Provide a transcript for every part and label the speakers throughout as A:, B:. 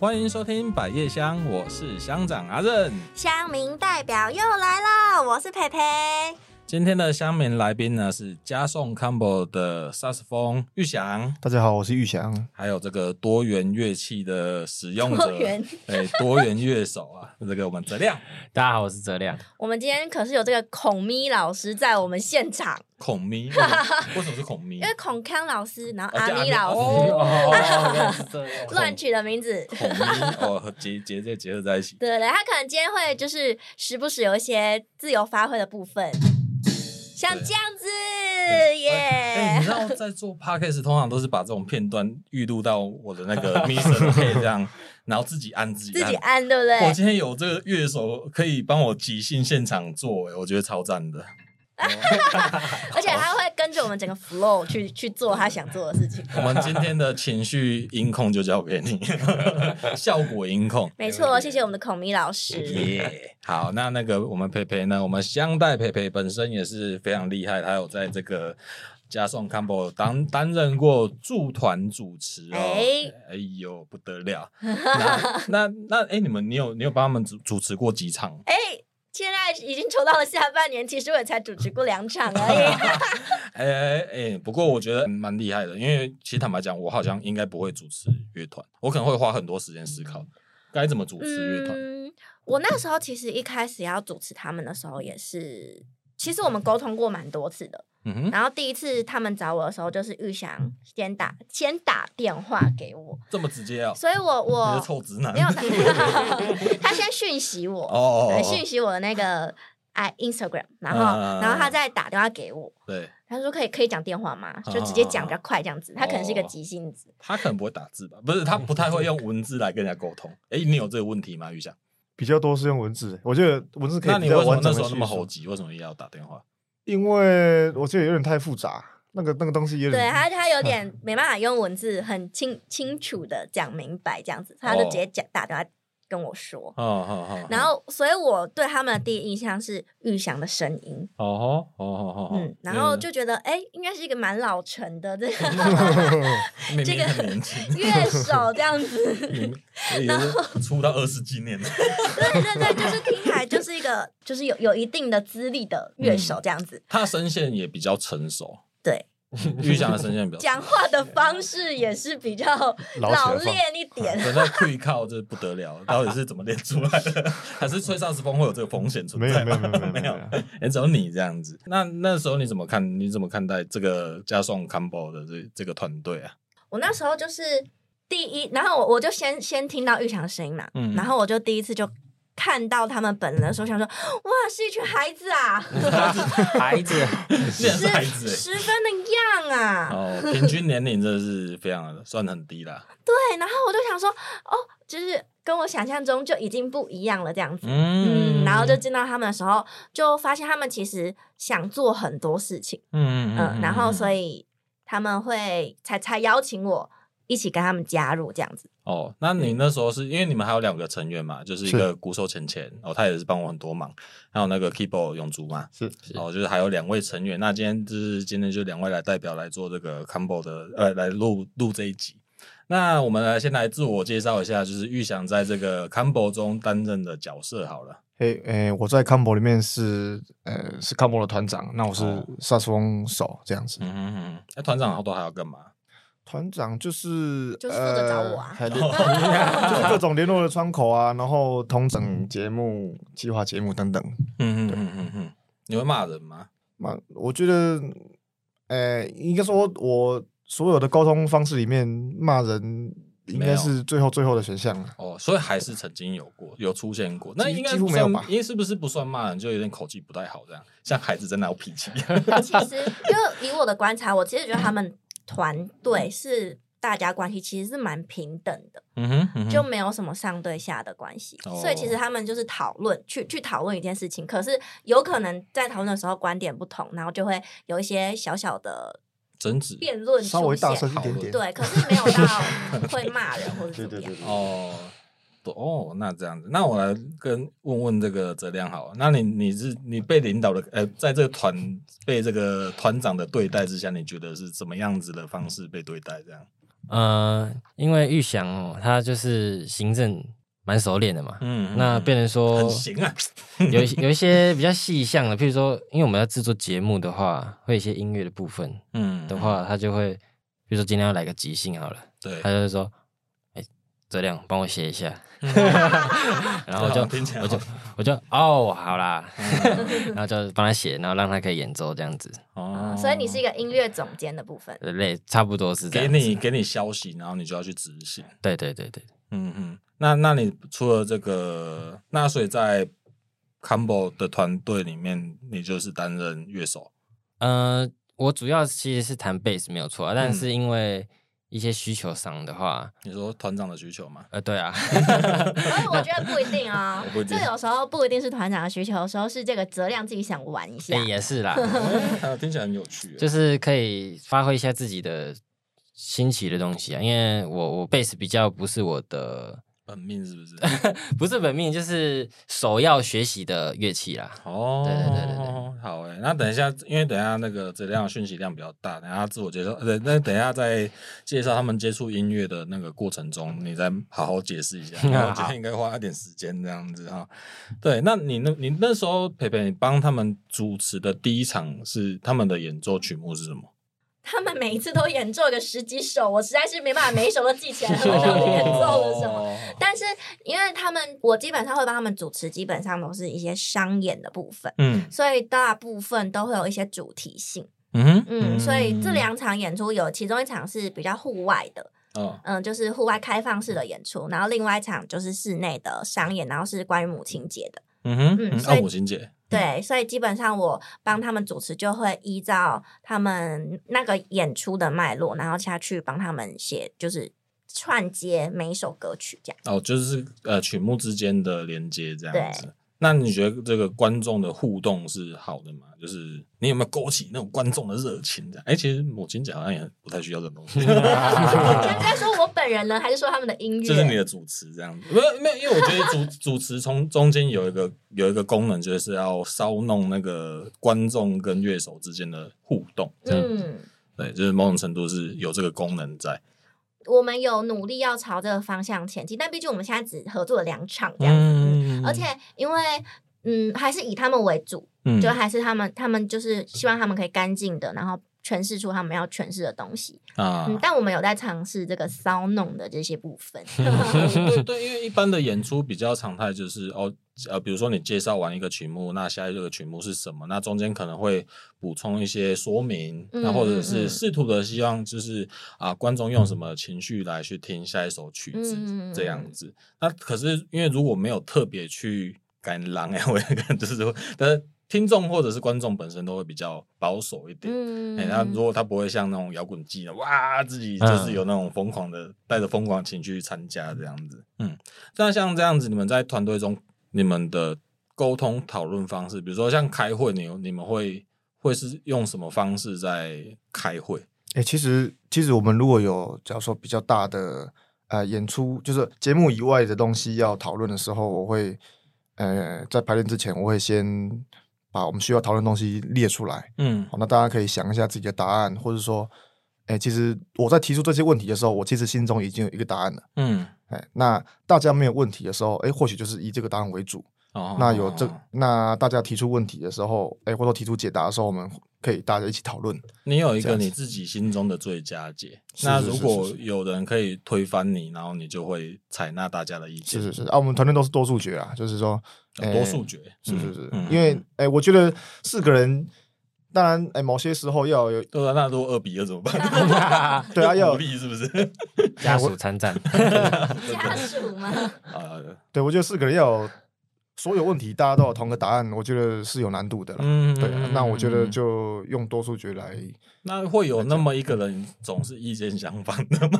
A: 欢迎收听百叶香，我是乡长阿任。
B: 乡民代表又来了，我是佩佩。
A: 今天的乡民来宾呢是加颂 combo 的萨克斯风玉祥，
C: 大家好，我是玉祥。
A: 还有这个多元乐器的使用者，
B: 多元
A: 哎，多元乐手啊，这个我们泽亮、
D: 大家好，我是哲亮。
B: 我们今天可是有这个孔咪老师在我们现场，
A: 孔咪，为什么为什么是孔咪
B: 因？为孔康老师，然 后
A: 哦
B: 阿
A: 叫
B: 咪老师、
D: 哦，
B: 乱取的名字。
A: 孔咪哦，和结结这结合在一起。
B: 对对，他可能今天会就是时不时有一些自由发挥的部分，像这样子
A: 哎、
B: 耶
A: 你知。道在做 podcast 通常都是把这种片段预录到我的那个 mixer 配这样，然后自己按自己
B: 自
A: 按
B: 己。按对不对？
A: 哦我今天有这个乐手可以帮我即兴现场做、哎，我觉得超赞的。
B: 而
A: 哦
B: 且他会跟着我们整个 flow 去去做他想做的事情。
A: 我们今天的情绪音控就交给你， 效果音控。
B: 没错，谢谢我们的孔咪老师。
A: 耶、好，那那个我们培培呢？我们香代培培本身也是非常厉害，他有在这个加颂 combo 当担任过驻团主持哦。
B: 哎
A: 哎呦，不得了！那那那哎、你们你有你有帮他们主主持过几场？
B: 哎、现在已经筹到了下半年，其实我也才主持过两场而已。
A: 哎哎哎，不过我觉得蛮厉害的，因为其实坦白讲，我好像应该不会主持乐团，我可能会花很多时间思
C: 嗯
A: 考该怎么主持乐团。
B: 嗯，我那时候其实一开始要主持他们的时候，也是，其实我们沟通过蛮多次的。
A: 嗯哼，
B: 然后第一次他们找我的时候，就是玉祥先打先打电话给我，
A: 这么直接哦、
B: 所以我
A: 你
B: 我
A: 是臭直男
B: 没有打， 他先讯息我，
A: 哦
B: 对，讯息我的那个哎 Instagram，然后、
A: 嗯
B: 然后他再打电话给我。
A: 对
B: 他说可以可以讲电话吗？就直接讲比较快这样子。他可能是一个
A: 啊哦
B: 急性子，
A: 他可能不会打字吧？不是，他不太会用文字来跟人家沟通。哎、你有这个问题吗，玉祥？
C: 比较多是用文字，我觉得文字可以
A: 那
C: 比
A: 你为
C: 较
A: 什么
C: 完
A: 那
C: 整
A: 时
C: 的
A: 候那么猴急？为什么要打电话？
C: 因为我觉得有点太复杂，那个那个东西有
B: 对
C: 点
B: 他，他有点没办法用文字很清清楚的讲明白这样子，
C: 哦
B: 他就直接讲打电话跟我说。
C: 啊
A: 哦哦
B: 然后，所以我对他们的第一印象是玉祥的声音，
A: 哦哦哦哦
B: 嗯，然后就觉得哎，应该是一个蛮老成的这个
A: 明
B: 这
A: 明
B: 个
A: 很年 轻，
B: 乐手这样子，
A: 明明也是出到二十几年了。
B: 对对对，就是听起来就是一个就是有有一定的资历的乐
C: 嗯
B: 手这样子，
A: 他的声线也比较成熟，
B: 对，
A: 玉祥的声线比较
B: 讲话的方式也是比较
C: 老起来
B: 老
C: 放
B: 练一点，
A: 等那跪靠这不得 了，到底是怎么练出来的？还是吹萨克斯风会有这个风险存
C: 没
A: 在
C: 有没
A: 吗？
C: 有没 有没有没有，
A: 哎，只有你这样子。那那时候你怎么看？你怎么看待这个加颂 combo 的这这个团队啊？
B: 我那时候就是第一，然后我我就先先听到玉强的声音嘛，
A: 嗯
B: 然后我就第一次就看到他们本人的时候，想说哇，是一群孩子 啊，
D: 孩子，
A: 竟然是孩子哎、
B: 十分的样啊，
A: 哦，平均年龄真的是非常的算很低啦。
B: 对，然后我就想说哦，就是跟我想象中就已经不一样了这样子。
A: 嗯
B: 嗯，然后就见到他们的时候，就发现他们其实想做很多事情，
A: 嗯
B: 嗯，然后所
A: 以
B: 以他们会才才邀请我一起跟他们加入这样子。
A: 哦，那你那时候是因为你们还有两个成员嘛，就是一
C: 是
A: 个鼓手浅浅哦，他也是帮我很多忙，还有那个 keyboard 永竹嘛，
C: 是
A: 哦，就是还有两位成员。那今天就是今天就两位来代表来做这个 combo 的，呃，来录录这一集。那我们来先来自我介绍一下，就是玉祥在这个 combo 中担任的角色好了。
C: 诶诶，我在 combo 里面是呃是 combo 的团长，那我是
A: 哦
C: 萨克斯风手这样子。
A: 嗯哼哼，那、团长后头还要干嘛？
C: 团长就是
B: 就是负责找我啊
C: 呃还
A: 哦
C: 就是各种联络的窗口啊，然后通整节目、计划节目等等。
A: 嗯嗯嗯嗯嗯，你会骂人吗？
C: 嘛，我觉得，呃，应该说我所有的沟通方式里面，骂人应
A: 没有
C: 该是最后最后的选项了。
A: 哦，所以还是曾经有过，有出现过。那
C: 几
A: 应该
C: 几乎
A: 不
C: 没有
A: 算
C: 吧
A: 因为是不是不算骂人，就有点口气不太好，这样像孩子在闹脾气。
B: 其实，因为以我的观察，我其实觉得他们团
C: 嗯
B: 队是大家关系其实是蛮平等的，
A: 嗯哼，嗯哼
B: 就没有什么上对下的关系。
A: 哦
B: 所以其实他们就是讨论，去去讨论一件事情，可是有可能在讨论的时候观点不同，然后就会有一些小小的
A: 争执
B: 辩论出
C: 稍微大声
B: 现。
C: 一点点，
B: 对，可是没有 到会骂人或者怎么
C: 对对
B: 样。
C: 对对，
A: 哦。对哦，那这样子，那我来跟问问这个泽亮好了。那你你是你被领导的，呃，在这个团被这个团长的对待之下，你觉得是怎么样子的方式被对待？这样
D: 呃，因为玉祥哦，他就是行政蛮熟练的嘛，
A: 嗯
D: 那变成说
A: 很行啊，
D: 有一有一些比较细项的，譬如说，因为我们要制作节目的话，会有一些音乐的部分
A: 嗯
D: 的话，他就会，比如说今天要来个即兴好了，
A: 对
D: 他，就会说，哎、哲亮帮我写一下， 然后
A: 这好
D: 我就
A: 像听起来
D: 我就
A: 好
D: 我就哦好啦，
A: 嗯
D: 然后就帮他写，然后让他可以演奏这样子，
A: 哦
B: 嗯所以你是一个音乐总监的部分，
D: 类差不多是这
A: 给
D: 样子。
A: 你给你消息，然后你就要去执行。
D: 对对对对，
A: 嗯哼，那那你除了这个，那所以在 Combo 的团队里面，你就是担任乐手。
D: 呃，我主要其实是弹贝斯没有错啊，
A: 嗯
D: 但是因为一些需求上的话，
A: 你说团长的需求吗？
D: 呃，对啊，
B: 所以我觉得不一定 啊、
A: 我不一定
B: 这有时候不一定是团长的需求，有时候是这个责量自己想玩一下。
D: 哎也是啦，
A: 啊听起来很有趣耶。
D: 哦就是可以发挥一下自己的新奇的东西啊，因为我我贝斯比较不是我的，
A: 本命是不是？
D: 不是本命，就是首要学习的乐器啦。
A: 哦，
D: 对对对对对，
A: 好诶、那等一下，因为等一下那个质量讯息量比较大，等一下自我介绍，呃，那等一下在介绍他们接触音乐的那个过程中，你再好好解释一 下。
D: 嗯
A: 然后我觉
D: 好
A: 得应该花一点时间这样子哈。对，那你那，你那时候培培，你帮他们主持的第一场是他们的演奏曲目是什么？
B: 他们每一次都演奏个十几首，我实在是没办法每一首都 记起来他们到底演奏了什么。
A: 哦？
B: 但是因为他们，我基本上会帮他们主持，基本上都是一些商演的部分，
A: 嗯
B: 所以大部分都会有一些主题性。
A: 嗯哼
B: 嗯，所以这两场演出有其中一场是比较户外的，
A: 哦
B: 嗯，就是户外开放式的演出，然后另外一场就是室内的商演，然后是关于母亲节的。
A: 嗯哼
B: 嗯
A: 嗯，
B: 所以
A: 奥母亲节
B: 对，所以基本上我帮他们主持，就会依照他们那个演出的脉络，然后下去帮他们写，就是串接每一首歌曲这样。
A: 哦，就是呃曲目之间的连接这样
B: 对
A: 子。那你觉得这个观众的互动是好的吗？就是你有没有勾起那种观众的热情？这样，哎、其实母亲节好像也不太需要这种东 西，
B: 应该说我本人呢，还是说他们的音乐？
A: 就是你的主持这样子。没有没有，因为我觉得主主持从中间有一个有一个功能，就是要稍弄那个观众跟乐手之间的互动，这样、
B: 嗯，
A: 对，就是某种程度是有这个功能在。
B: 我们有努力要朝这个方向前进，但毕竟我们现在只合作了两场这样子，嗯而且因为。嗯，还是以他们为主，
A: 嗯
B: 就还是他们，他们就是希望他们可以干净的，然后诠释出他们要诠释的东西。
A: 啊
B: 嗯，但我们有在尝试这个骚弄的这些部分。
A: 对对，因为一般的演出比较常态就是哦，呃，比如说你介绍完一个曲目，那下一个曲目是什么？那中间可能会补充一些说明，
B: 嗯
A: 那或者
B: 嗯
A: 是
B: 嗯
A: 试图的希望就是啊，观众用什么情绪来去听下一首曲子、
B: 嗯嗯嗯
A: 这样子。那可是因为如果没有特别去赶狼哎，我也感就是说，但是听众或者是观众本身都会比较保守一点，
B: 嗯
A: 哎、那如果他不会像那种摇滚季的哇，自己
C: 嗯
A: 就是有那种疯狂的，带着疯狂的情绪去参加这样子。嗯，那像这样子，你们在团队中，你们的沟通讨论方式，比如说像开会，你你们会会是用什么方式在开会？
C: 哎、其实其实我们如果有，假如说比较大的呃演出，就是节目以外的东西要讨论的时候，我会呃在排练之前，我会先把我们需要讨论的东西列出来。
A: 嗯
C: 好，那大家可以想一下自己的答案，或者说，哎、其实我在提出这些问题的时候，我其实心中已经有一个答案了。
A: 嗯，
C: 哎、那大家没有问题的时候，哎、或许就是以这个答案为主。
A: 哦
C: 那有这，那大家提出问题的时候，哎、或者说提出解答的时候，我们可以大家一起讨论。
A: 你有一
C: 这
A: 个
C: 样子
A: 你自己心中的最佳解。
C: 是
A: 那
C: 是
A: 如
C: 是
A: 果
C: 是是
A: 有人可以推翻你，然后你就会采纳大家的意见，
C: 是是是，啊，我们团队都是多数决啊，就是说，哎
A: 哦多数决，
C: 是是
A: 嗯
C: 是，
A: 嗯
C: 因为哎、我觉得四个人，当然哎、某些时候要 有
A: 对啊，那如果二比二怎么 办？
C: 对啊，要
A: 鼓励是不是？
D: 家属参战，
B: 家属 吗？
A: 啊，
C: 对我觉得四个人要有所有问题大家都有同个答案，我觉得是有难度的啦。
A: 嗯
C: 对啊，那我觉得就用多数决 来，
A: 那会有那么一个人总是意见相反的吗？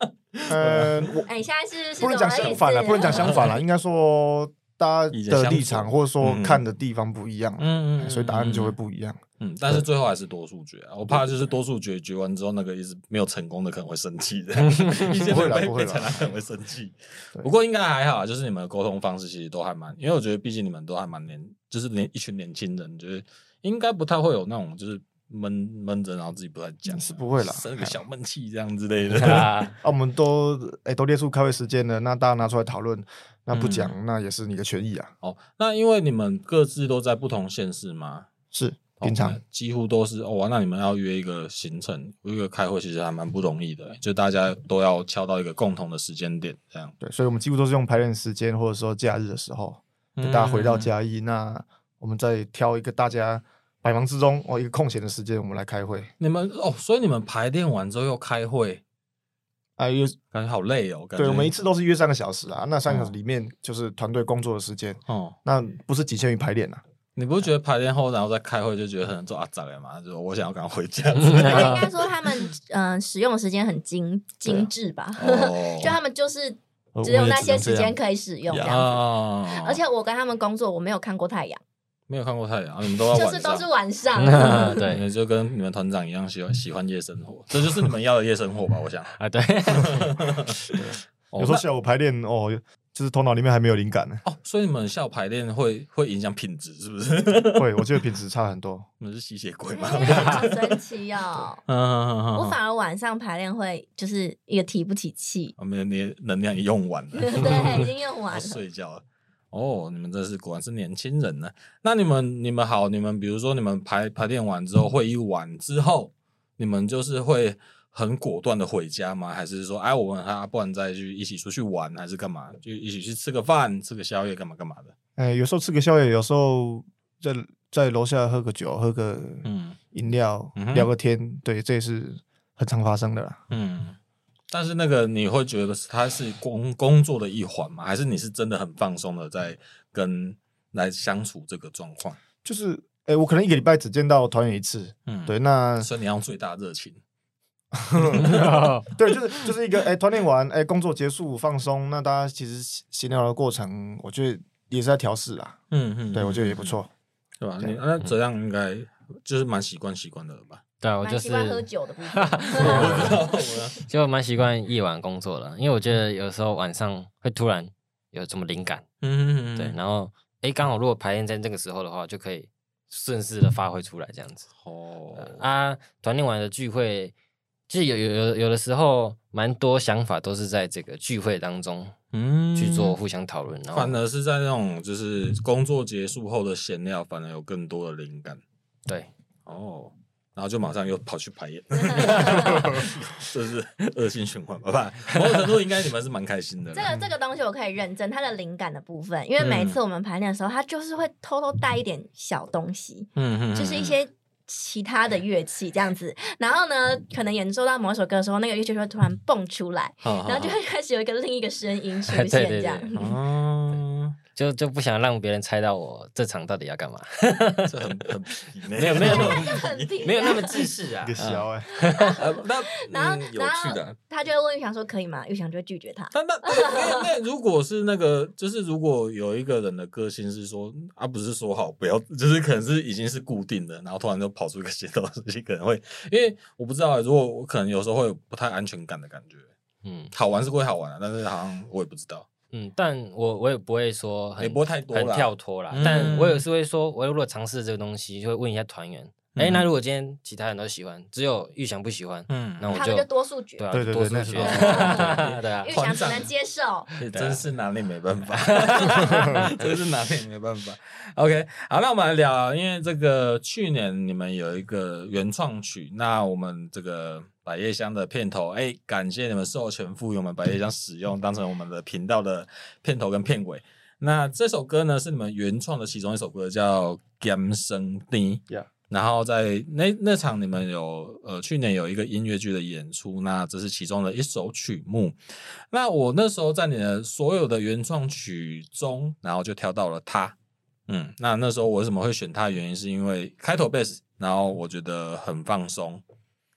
A: 啊
C: 嗯、我
B: 哎，现在是是哦
C: 不能讲
B: 什么意
C: 相
B: 思
C: 反了，不能 讲相
A: 嗯
C: 反了，应该说大
A: 意
C: 家
A: 见相
C: 的
A: 左
C: 立场或者说
A: 嗯
C: 看的地方不一样，
A: 嗯
C: 所以答案就会不一样。
A: 嗯，但是最后还是多数决啊。我怕就是多数决决完之后，那个一直没有成功的可能会生气 的，意见
C: 不会啦
A: 被
C: 不
A: 被
C: 会啦
A: 采纳可能会生气。
C: 对
A: 不过应该还好啊，就是你们的沟通方式其实都还蛮，因为我觉得毕竟你们都还蛮年，就是年一群年轻人，就是应该不太会有那种就是闷闷着，然后自己不太讲，啊
C: 是不会啦
A: 生个小闷气这样之类 的。
D: 啊，
C: 啊，我们都哎、都列出开会时间了，那大家拿出来讨论，那不讲、
A: 嗯
C: 那也是你的权益啊，
A: 哦，那因为你们各自都在不同县市吗？
C: 是
A: 哦
C: 平常、
A: 那几乎都是哦，哇那你们要约一个行程，约一个开会，其实还蛮不容易的，欸就大家都要敲到一个共同的时间点，这样
C: 对，所以我们几乎都是用排练时间或者说假日的时候，就
A: 嗯
C: 大家回到嘉义，那我们再挑一个大家百忙之中哦一个空闲的时间，我们来开会。
A: 你们哦，所以你们排练完之后又开会，
C: 啊，约
A: 感觉好累哦。感觉
C: 对，我们一次都是约三个小时啊，那三
A: 嗯
C: 个小时里面就是团队工作的时间，
A: 哦，
C: 那不是仅限于排练啊。
A: 你不觉得排练后然后再开会就觉得很做啊咋了嘛？就是我想要赶快回 家。哦
B: 他应该说他们嗯、呃使用的时间很精精致吧，
A: 哦
B: 就他们就是
C: 呃
B: 只有
C: 我也
B: 那些
C: 能这
B: 时
C: 样
B: 间可以使用这样子。
A: 啊
B: 而且我跟他们工作，我没有看过太阳，
A: 没有看过太阳，你们都要 哦
B: 就
A: 晚
B: 是
A: 上，
B: 都是晚 上。
D: 嗯
A: 你
D: 对
A: 们就跟你们团长一样喜欢喜欢夜生活，这就是你们要的夜生活 吧？我想。
D: 啊，对，
A: 哦
C: 有时候
A: 那。
C: 下午排练哦，就是头脑里面还没有灵感呢
A: 哦，所以你们下午排练会会影响品质，是不是？
C: 会，我觉得品质差很多。
A: 你们是吸血鬼 吗？
B: 好神奇哦！
A: 嗯嗯嗯，
B: 我反而晚上排练会就是也提不起气
A: 我们哦你的能量也用完了，
B: 对，已经用完
A: 要
B: 了。
A: 睡觉了。哦，你们这是果然是年轻人呢、那你们你们好，你们比如说你们排排练完之后，会议完之后，你们就是会很果断的回家吗？还是说，哎，我们还不然再去一起出去玩，还是干嘛？就一起去吃个饭，吃个宵夜，干嘛干嘛的？
C: 哎，有时候吃个宵夜，有时候在在楼下喝个酒，喝个
A: 嗯
C: 饮料
A: 嗯哼，
C: 聊个天，对，这也是很常发生的啦。
A: 嗯。但是那个你会觉得是它是工工作的一环吗？还是你是真的很放松的在跟来相处这个状况？
C: 就是，哎，我可能一个礼拜只见到团员一次，
A: 嗯，
C: 对，那
A: 所以你要用最大热情。
C: 对，就是就是一个哎，团练完，哎，工作结束放松，那大家其实闲闲聊的过程，我觉得也是在调试啦。
A: 嗯嗯
C: 对，我觉得也不，错。
A: 对嗯吧？你那这样应该就是蛮习惯习惯的了吧？
D: 对啊，我就
B: 蛮习惯喝
D: 是
B: 酒的部分，
D: 就蛮习惯夜晚工作了，因为我觉得有时候晚上会突然有什么灵感，
A: 嗯
D: 对，然后哎，刚好如果排练在这个时候的话，就可以顺势的发挥出来这样子。
A: 哦，
D: 啊，团练完的聚会，就是有有有有的时候蛮多想法都是在这个聚会当中
A: 嗯
D: 去做。互相讨论，然
A: 反
D: 后
A: 而是在那种就是工作结束后的闲聊，反而有更多的灵感
D: 对，
A: 哦，然后就马上又跑去排演， 这是恶性循环吧？ 不，某种程度应该你们是蛮开心的
B: 这个
A: 啦。
B: 这个东西我可以认证它的灵感的部分，因为
A: 嗯
B: 每一次我们排练的时候，它就是会偷偷带一点小东西，
A: 嗯
B: 就是一些其他的乐器这样子。然后呢，可能演奏到某一首歌的时候，那个乐器就会突然蹦出来，
A: 然
B: 然后就会开始有一个另一个声 音出
D: 对
B: 现
D: 对
B: 这样。
D: 对
A: 哦，
D: 就就不想让别人猜到我这场到底要干嘛，
A: 这很很皮呢
D: 没有没有 那么
B: 很平
D: 没有那么自私啊
A: 嗯
C: 一个，小哎，
A: 呃 那
B: 然后
A: 嗯，有
B: 然
A: 趣
B: 后
A: 的。
B: 他就会问玉翔说可以吗？玉翔就会拒绝他。
A: 但那那那如果是那个，就是如果有一个人的个性是说啊，不是说好不要，就是可能是已经是固定的，然后突然就跑出一个邪道的事情，可能会因为我不知道欸，如果我可能有时候会有不太安全感的感觉。
D: 嗯
A: 好玩是会好玩啊，但是好像我也不知道，
D: 嗯，但我我也不会说
A: 也
D: 很
A: 不会太多
D: 很
A: 啦。
D: 跳脱啦
A: 嗯，
D: 但我也是会说，我如果尝试这个东西，就会问一下团员，哎，
A: 嗯
D: 那如果今天其他人都喜欢，只有玉祥不喜欢，
A: 嗯
D: 那我
B: 他们就多数决
D: 对，啊，
C: 对对
D: 多
C: 对
D: 数
C: 那
D: 决，
C: 是
D: 对啊
B: 玉，翔只能接受。
A: 也真是拿你没办法，真是拿你没办法。OK，好，那我们来聊，因为这个去年你们有一个原创曲，那我们这个百叶香的片头，哎、感谢你们授权赋予我们百叶香使用，当成我们的频道的片头跟片尾。那这首歌呢，是你们原创的其中一首歌，叫《甘生低》。
C: Yeah
A: 然后在那那场你们有呃去年有一个音乐剧的演出，那这是其中的一首曲目。那我那时候在你的所有的原创曲中，然后就挑到了它。嗯，那那时候我为什么会选它？原因是因为开头 bass，然后我觉得很放松。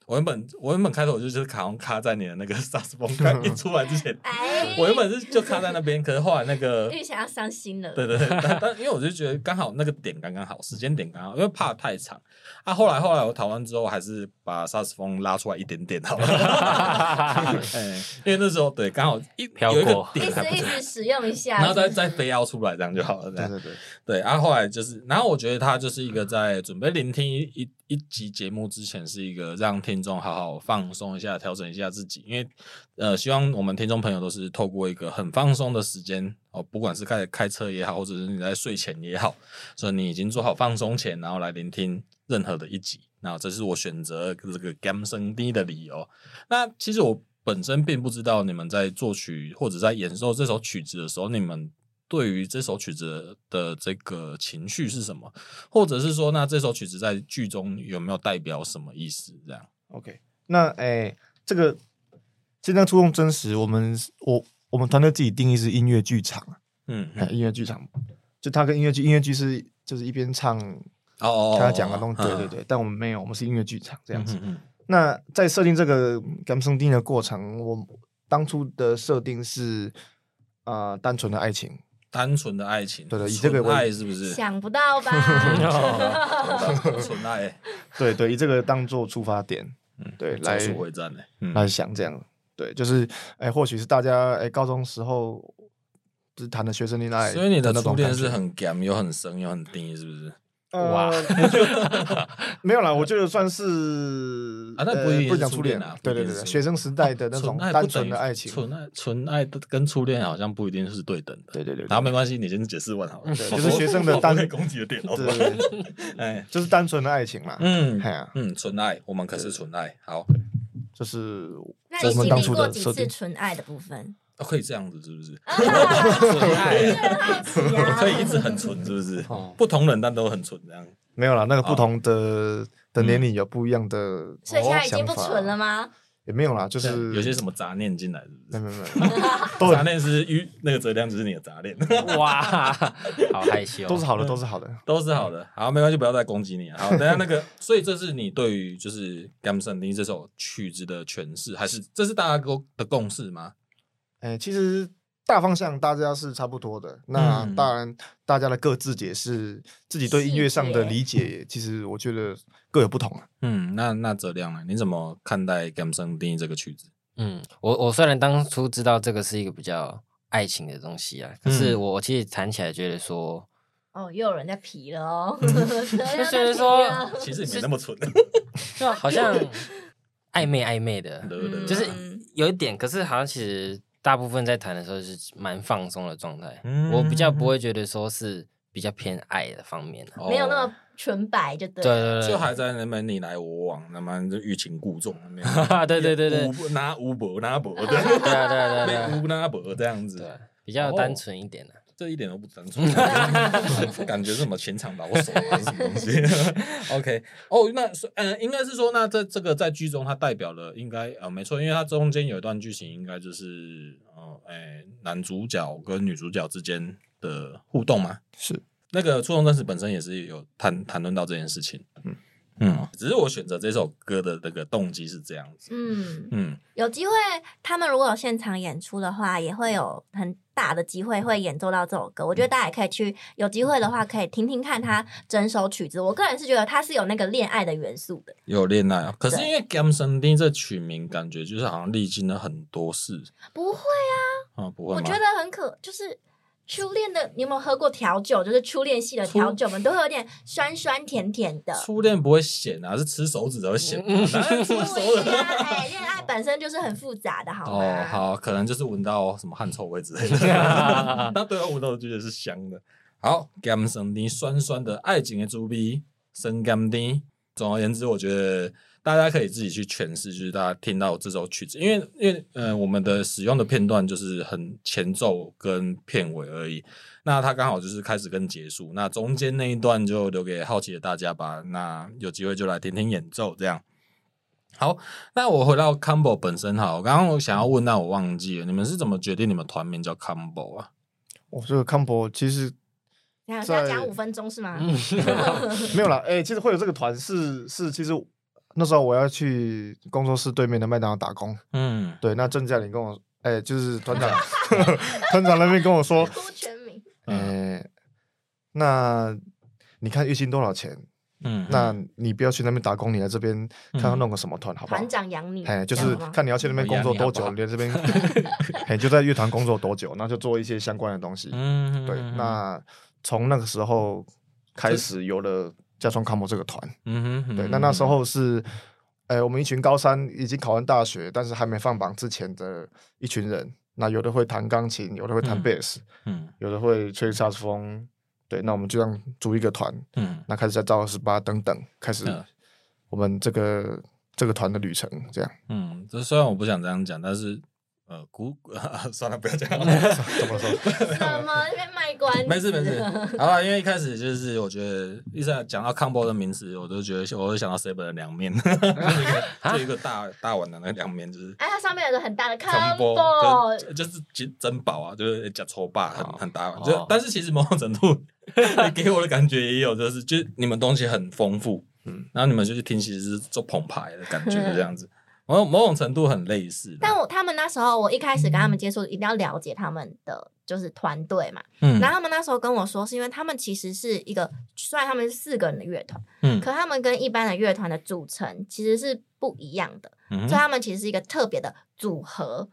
A: 我原本我原本开头我就是卡卡在你的那个 萨克斯风刚一出来之前，
B: 哎，
A: 我原本是就卡在那边，可是后来那个
B: 玉霞要伤心了。
A: 对对对，但但因为我就觉得刚好那个点刚刚好，时间点刚好，因为怕太长啊。后来后来我讨论之后，还是把萨克斯风拉出来一点点 好了，哎因为那时候对刚好一
D: 飘
A: 有一个
D: 过
A: 点
B: 一
A: 还
B: 直
A: 不
B: 一
A: 错，
B: 直使用一下，
A: 然后再再飞腰出来这样就好了，这
C: 对
A: 样
C: 对对，
A: 对，啊然、后后来就是，然后我觉得他就是一个在准备聆听一一一集节目之前，是一个让听众好好放松一下、调整一下自己，因为呃，希望我们听众朋友都是透过一个很放松的时间哦，不管是开开车也好，或者是你在睡前也好，所以你已经做好放松前，然后来聆听任何的一集。那这是我选择这个 Gam 声低的理由。那其实我本身并不知道你们在作曲或者在演奏这首曲子的时候，你们对于这首曲子的这个情绪是什么，或者是说，那这首曲子在剧中有没有代表什么意思？这样，
C: OK，那诶、这个现在触动真实，我们我我们团队自己定义是音乐剧场，
A: 嗯，
C: 哎音乐剧场，就它跟音乐剧，音乐剧是就是一边唱，
A: 哦哦
C: 他讲的东西，对对，对，但我们没有，我们是音乐剧场
A: 这
C: 这样子。，
A: 嗯嗯
C: 那在设定这个 g a m s o n g 的过程，我当初的设定是啊、呃单纯的爱情，
A: 单纯的爱情，
C: 对对以这个为
A: 纯爱是不是？
B: 想不到 吧？
A: 纯爱，
C: 对对，以这个当做出发点，
A: 嗯
C: 对
A: 咒
C: 来
A: 术回战呢？嗯
C: 来想这样，对，就是哎、或许是大家哎、高中时候就是谈的学生恋爱，
A: 所以你的
C: 那种
A: 初恋
C: 感觉
A: 是很 gam，又很深，又很低，是不是？
C: 哇，呃我觉得没有啦，我觉得算是
A: 啊那不
C: 呃
A: 一定
C: 不
A: 是
C: 讲
A: 初
C: 初
A: 恋
C: 恋
A: 啊
C: 对
A: 不一
C: 对
A: 定
C: 对对，
A: 是啊
C: 学生时代的那
A: 纯
C: 种
A: 爱
C: 单
A: 不等
C: 纯
A: 于
C: 的爱情，
A: 纯爱纯爱的跟初恋好像不一定是对等的。
C: 对对对，
A: 然
C: 对
A: 后没关系，你先解释完好了。
C: 对就是学生的
A: 我不
C: 单
A: 会攻击的点，好不好
C: 对对，对
A: 哎，
C: 就是单纯的爱情嘛，
A: 嗯
C: 哎呀，
A: 嗯，纯爱，我们可是纯爱，好，
C: 就是
B: 那
C: 我
B: 你
C: 们
B: 经
C: 当
B: 历
C: 初
B: 过
C: 的
B: 几
C: 设
B: 次
C: 定。
B: 纯爱的部分？
A: 啊可以这样子是不是？
B: 啊很
A: 纯爱，
B: 好奇
A: 我
B: 啊
A: 可！以一直很纯是不是
D: 哦？
A: 不同人但都很纯这样。
C: 没有啦，那个
A: 啊
C: 不同的的
A: 嗯
C: 年龄有不一样的，
B: 所 以现在已
C: 哦
B: 经不纯了
C: 吗？
B: 吗？
C: 也没有啦，就
A: 对
C: 是
A: 有些什么杂念进来是不
C: 没有
A: 是？
C: 没有没有，都
A: 杂
C: 很
A: 念是与那个哲亮就是你的杂念，
D: 哇，好害羞，啊
C: 都是好的，都是好的。
A: 都是好的。好，没关系，不要再攻击你了。啊好，等一下那个，所以这是你对于就是《Gam s o n 这首曲子的诠释，还是这是大家共的共识吗？
C: 哎，其实大方向大家是差不多的，那
A: 嗯
C: 当然大家的各自解释自己对音乐上的
B: 细节
C: 理解，其实我觉得各有不同啊。
A: 嗯，那那哲亮呢？你怎么看待《Gam s o n 这个曲 子？
D: 嗯，我我虽然当初知道这个是一个比较爱情的东西啊，可是
A: 嗯
D: 我其实谈起来觉得说，
B: 哦，又有人在皮了哦。
D: 就
B: 就
D: 觉得说，
A: 其实也没那么纯，
D: 对啊，好像 暧昧暧昧的，
A: 对不对？
D: 就是
B: 嗯
D: 有一点，可是好像其实大部分在谈的时候是蛮放松的状态，
A: 嗯
D: 我比较不会觉得说是比较偏爱的方面、啊、
A: 哦
B: 没有那么纯白，就对
D: 对
B: 了。
D: 对对，
A: 就还在那边你来我往，那么 就欲擒故纵，那
D: 啊
A: 边
D: 对对对对
A: 无不拿无伯拿伯这
D: 对
A: 样，
D: 啊对啊对啊
A: 被
D: 对啊
A: 无拿伯这样
D: 对啊
A: 子，，
D: 比较单纯一点的、啊
A: 这一点都不单纯， 感觉是什么前场老手还是什么东西 ？OK，哦，那是嗯、应该是说，那这这个在剧中它代表了应该呃没错，因为它中间有一段剧情，应该就是呃哎、男主角跟女主角之间的互动嘛，
C: 是，
A: 那个触动真实本身也是有谈谈论到这件事情，嗯
C: 嗯
A: 嗯，只是我选择这首歌的那个动机是这样子，
B: 嗯，
A: 嗯
B: 有机会，他们如果有现场演出的话，也会有很大的机会会演奏到这首歌。我
C: 嗯
B: 觉得大家也可以去，有机会的话可以听听看他整首曲子。我个人是觉得它是有那个恋爱的元素的，
A: 有恋爱啊，可是
B: 对
A: 因为 Gam s o n d i n 这曲名感觉就是好像历经了很多事
B: 不会。
A: 啊、不会
B: 我
A: 吗？
B: 觉得很可，就是初恋的，你有没有喝过调酒？就是初恋系的
A: 初
B: 调酒们都会有点酸酸甜甜的。
A: 初 恋不会咸啊，是吃手指才会咸、啊，哪有吃手
B: 不一
A: 指。
B: 样哎，恋爱本身就是很复杂的，好吗？
A: 哦，好，可能就是闻到什么汗臭味之类 的，那对我闻到我觉得是香的。好，Gam s o n d i n 酸酸的爱情的猪逼，生 Gam d i 总而言之，我觉得大家可以自己去诠释，就是大家听到这首曲子，因为因为呃，我们的使用的片段就是很前奏跟片尾而已。那它刚好就是开始跟结束，那中间那一段就留给好奇的大家吧。那有机会就来听听演奏，这样。好，那我回到 Combo 本身哈，我刚刚我想要问，那我忘记了，你们是怎么决定你们团名叫 Combo 啊？
C: 我这个 combo 其实
B: 等一下，
C: 在
B: 要讲五分钟是吗？
C: 没有啦，哎、其实会有这个团是是，其实那时候我要去工作室对面的麦当劳打工，
A: 嗯，
C: 对，那郑教练跟我，哎、就是团长， 团长那边跟我说，
B: 郭全明，
C: 哎、
A: 嗯
C: 那你看月薪多少钱？
A: 嗯，
C: 那你不要去那边打工，你来这边看看
A: 嗯
C: 弄个什么团好不好
B: 团？长养你，
C: 哎，就
B: 这
C: 是
B: 样吗
C: 看你要去那边工作多久，
A: 我养
C: 你在这边， 哎，就在乐团工作多久，那就做一些相关的东西。
A: 嗯，嗯，
C: 对
A: 嗯，
C: 那从那个时候开始有了家创康模这个团。
A: 嗯哼，
C: 对，
A: 嗯
C: 那那时，候是，呃，我们一群高三已经考完大学，但是还没放榜之前的一群人。那有的会弹钢琴，有的会弹
A: 嗯
C: 贝斯，
A: 嗯
C: 有的会吹萨克斯风。对，那我们就这样组一个团，
A: 嗯，
C: 那开始在招十八等等，开始
A: 嗯
C: 我们这个这个团的旅程这样。
A: 嗯，这虽然我不想这样讲，但是呃，古算了，不要讲了。
C: 怎么说？
B: 什么在卖关子？
A: 没事没事，好吧，因为一开始就是我觉得一直讲到康波的名词，我都觉得我会想到 seven 的凉面，就一个就一个大大碗的那个凉面，就是
B: 哎，它上面有个很大的
A: 康
B: combo，
A: 就就是其实珍宝啊，就是假抽霸很
D: 哦
A: 很大碗，
D: 哦
A: 就但是其实某种程度给我的感觉也有，就是就是你们东西很丰富，嗯
C: 嗯，
A: 然后你们就去听其实是做捧牌的感觉这 样
D: 嗯
A: 子，某某种程度很类似啦，
B: 但我他们那时候，我一开始跟他们接触，一定要了解他们的就是团队嘛。
A: 嗯
B: 然后他们那时候跟我说，是因为他们其实是一个，虽然他们是四个人的乐团，
A: 嗯
B: 可他们跟一般的乐团的组成其实是不一样的，
A: 嗯
B: 所以他们其实是一个特别的组合，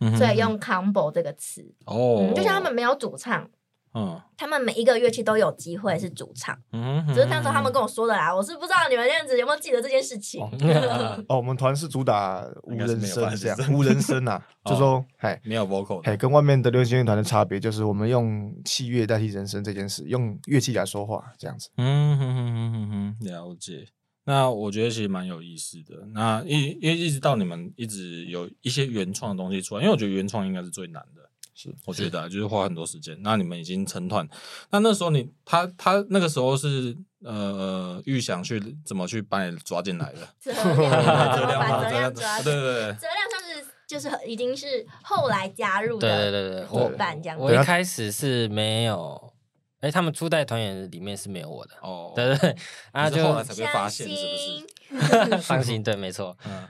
A: 哼
B: 所以用 combo 这个词。
A: 哦
B: 嗯，就像他们没有主唱，
A: 嗯
B: 他们每一个乐器都有机会是主唱，
A: 嗯
B: 只是当时候他们跟我说的啦，我是不知道你们这样子有没有记得这件事情。
A: 嗯
C: 哦，我们团是主打无
A: 应该是
C: 人
A: 没有吧
C: 声这样
A: 其，实
C: 无人 声啊，
A: 哦
C: 就说，哎
A: 没有 vocal 的
C: 哎，跟外面的流行乐团的差别就是我们用器乐代替人声这件事，用乐器来说话这样子。
A: 嗯哼哼哼哼哼，了解。那我觉得其实蛮有意思的。那一因为一直到你们一直有一些原创的东西出来，因为我觉得原创应该是最难的。
C: 是，
A: 我觉得、啊、就是花很多时间。那你们已经成团，那那时候你他他那个时候是呃预想去怎么去把你抓进来 的？
B: 怎么把
A: 这
B: 怎么 把
A: 这
B: 怎
A: 样
B: 样
A: 子
B: 抓？
A: 对对对，
B: 责亮算是就是已经是后来加入的，
D: 对对 对对，
B: 伙
D: 我
B: 伴这样子
A: 啊
D: 我一开始是没有，哎，他们初代团员里面是没有我的，
A: 哦，
D: 对对对，啊
A: 你是
D: 就
A: 后来 才被
B: 相
A: 发现是不
B: 亲
A: 是？
D: 放心，对，没错
A: 嗯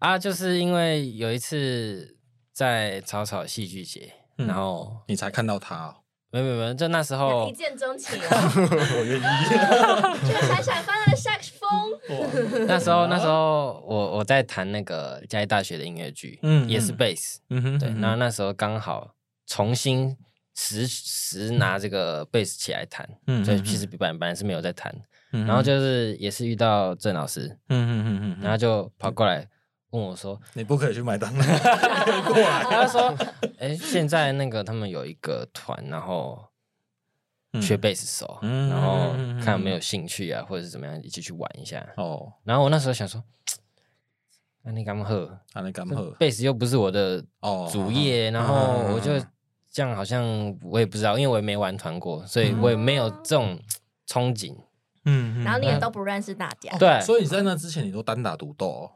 D: 啊，就是因为有一次在草草戏剧节，
A: 嗯
D: 然后
A: 你才看到他、哦，
D: 没有没有没有，就那时候
B: 一见钟 情哦，
A: 我愿意。 嗯
B: 这个闪闪发亮的萨克斯风，
A: 哇
D: 那时候那时候我我在弹那个嘉义大学的音乐剧，
A: 嗯
D: 嗯，也是
A: 嗯
D: bass，
A: 嗯哼，
D: 对，
A: 嗯哼
D: 那那时候刚好重新实实拿这个贝斯起来弹，
A: 嗯
D: 所以
A: 嗯
D: 其实本本来是没有在弹，
A: 嗯哼
D: 然后就是也是遇到郑老师，
A: 嗯嗯嗯嗯，
D: 然后就跑过来问我说，
A: 你不可以去麦当劳，可以过来。
D: 他就说，
A: 嗯
D: 哎，现在那个他们有一个团，然后 缺贝斯手，
A: 嗯
D: 然后看有没有兴趣啊，或者是怎么样，一起去玩一下。
A: 哦，
D: 然后我那时候想说，那你干嘛喝？
A: 安尼甘好
D: 贝斯又不是我的
A: 哦嗯
D: 主业，然后我就这样，好像我也不知道，因为我也没玩团过，所以我也没有这种憧憬。
A: 嗯哎
B: 然后你也都不认识大家，
D: 对，
A: 所以你在那之前你都单打独斗哦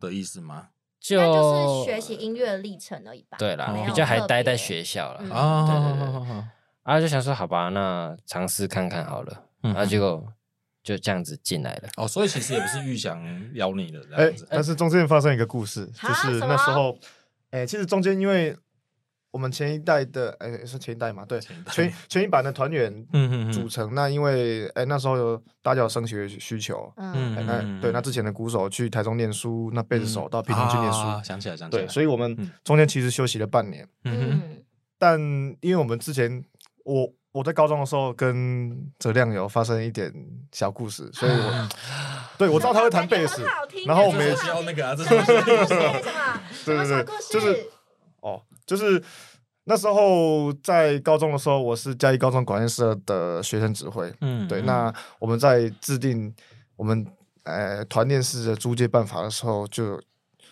A: 的意思吗？
D: 就
B: 那就是学习音乐的历程而已吧。
D: 对啦
A: 没，有
D: 比较还待在
B: 特别
D: 学校了
B: 嗯
A: 啊，
D: 对
A: 好
D: 对
A: 好
D: 对
A: 好好好
D: 啊，就想说好吧，那尝试看看好了，
A: 嗯
D: 然后结果就这样子进来了。
A: 哦，所以其实也不是预想邀你的这
C: 哎、
A: 样子，
C: 但是中间发生一个故事，
B: 啊
C: 就是
B: 什
C: 那时
B: 么
C: 候，哎、其实中间因为我们前一代的，哎、是前一代嘛，对，
A: 前一代
C: 前前一版的团员
A: 嗯
C: 组成，那因为哎、那时候有大家有升学需求，
B: 嗯，
C: 哎那对，那之前的鼓手去台中念书，那贝斯手到屏东去念书，
A: 嗯啊想起来想起来，
C: 对，所以我们
A: 嗯
C: 中间其实休息了半年，
A: 嗯
B: 嗯
C: 但因为我们之前我。我在高中的时候跟哲亮有发生一点小故事，所 以我对我知道他会弹贝斯
B: 很，好听
C: 然后我
A: 哼，
C: 们也
A: 这
B: 很
A: 是
B: 好
A: 要
B: 听
A: 那个啊，这
B: 什么小
A: 是
B: 故事？什么？ 什么 小故事？
C: 就是哦，就是那时候在高中的时候，我是嘉义高中管乐社的学生指挥。
A: 嗯
C: 对，那我们在制定我们呃团练式的租借办法的时候就，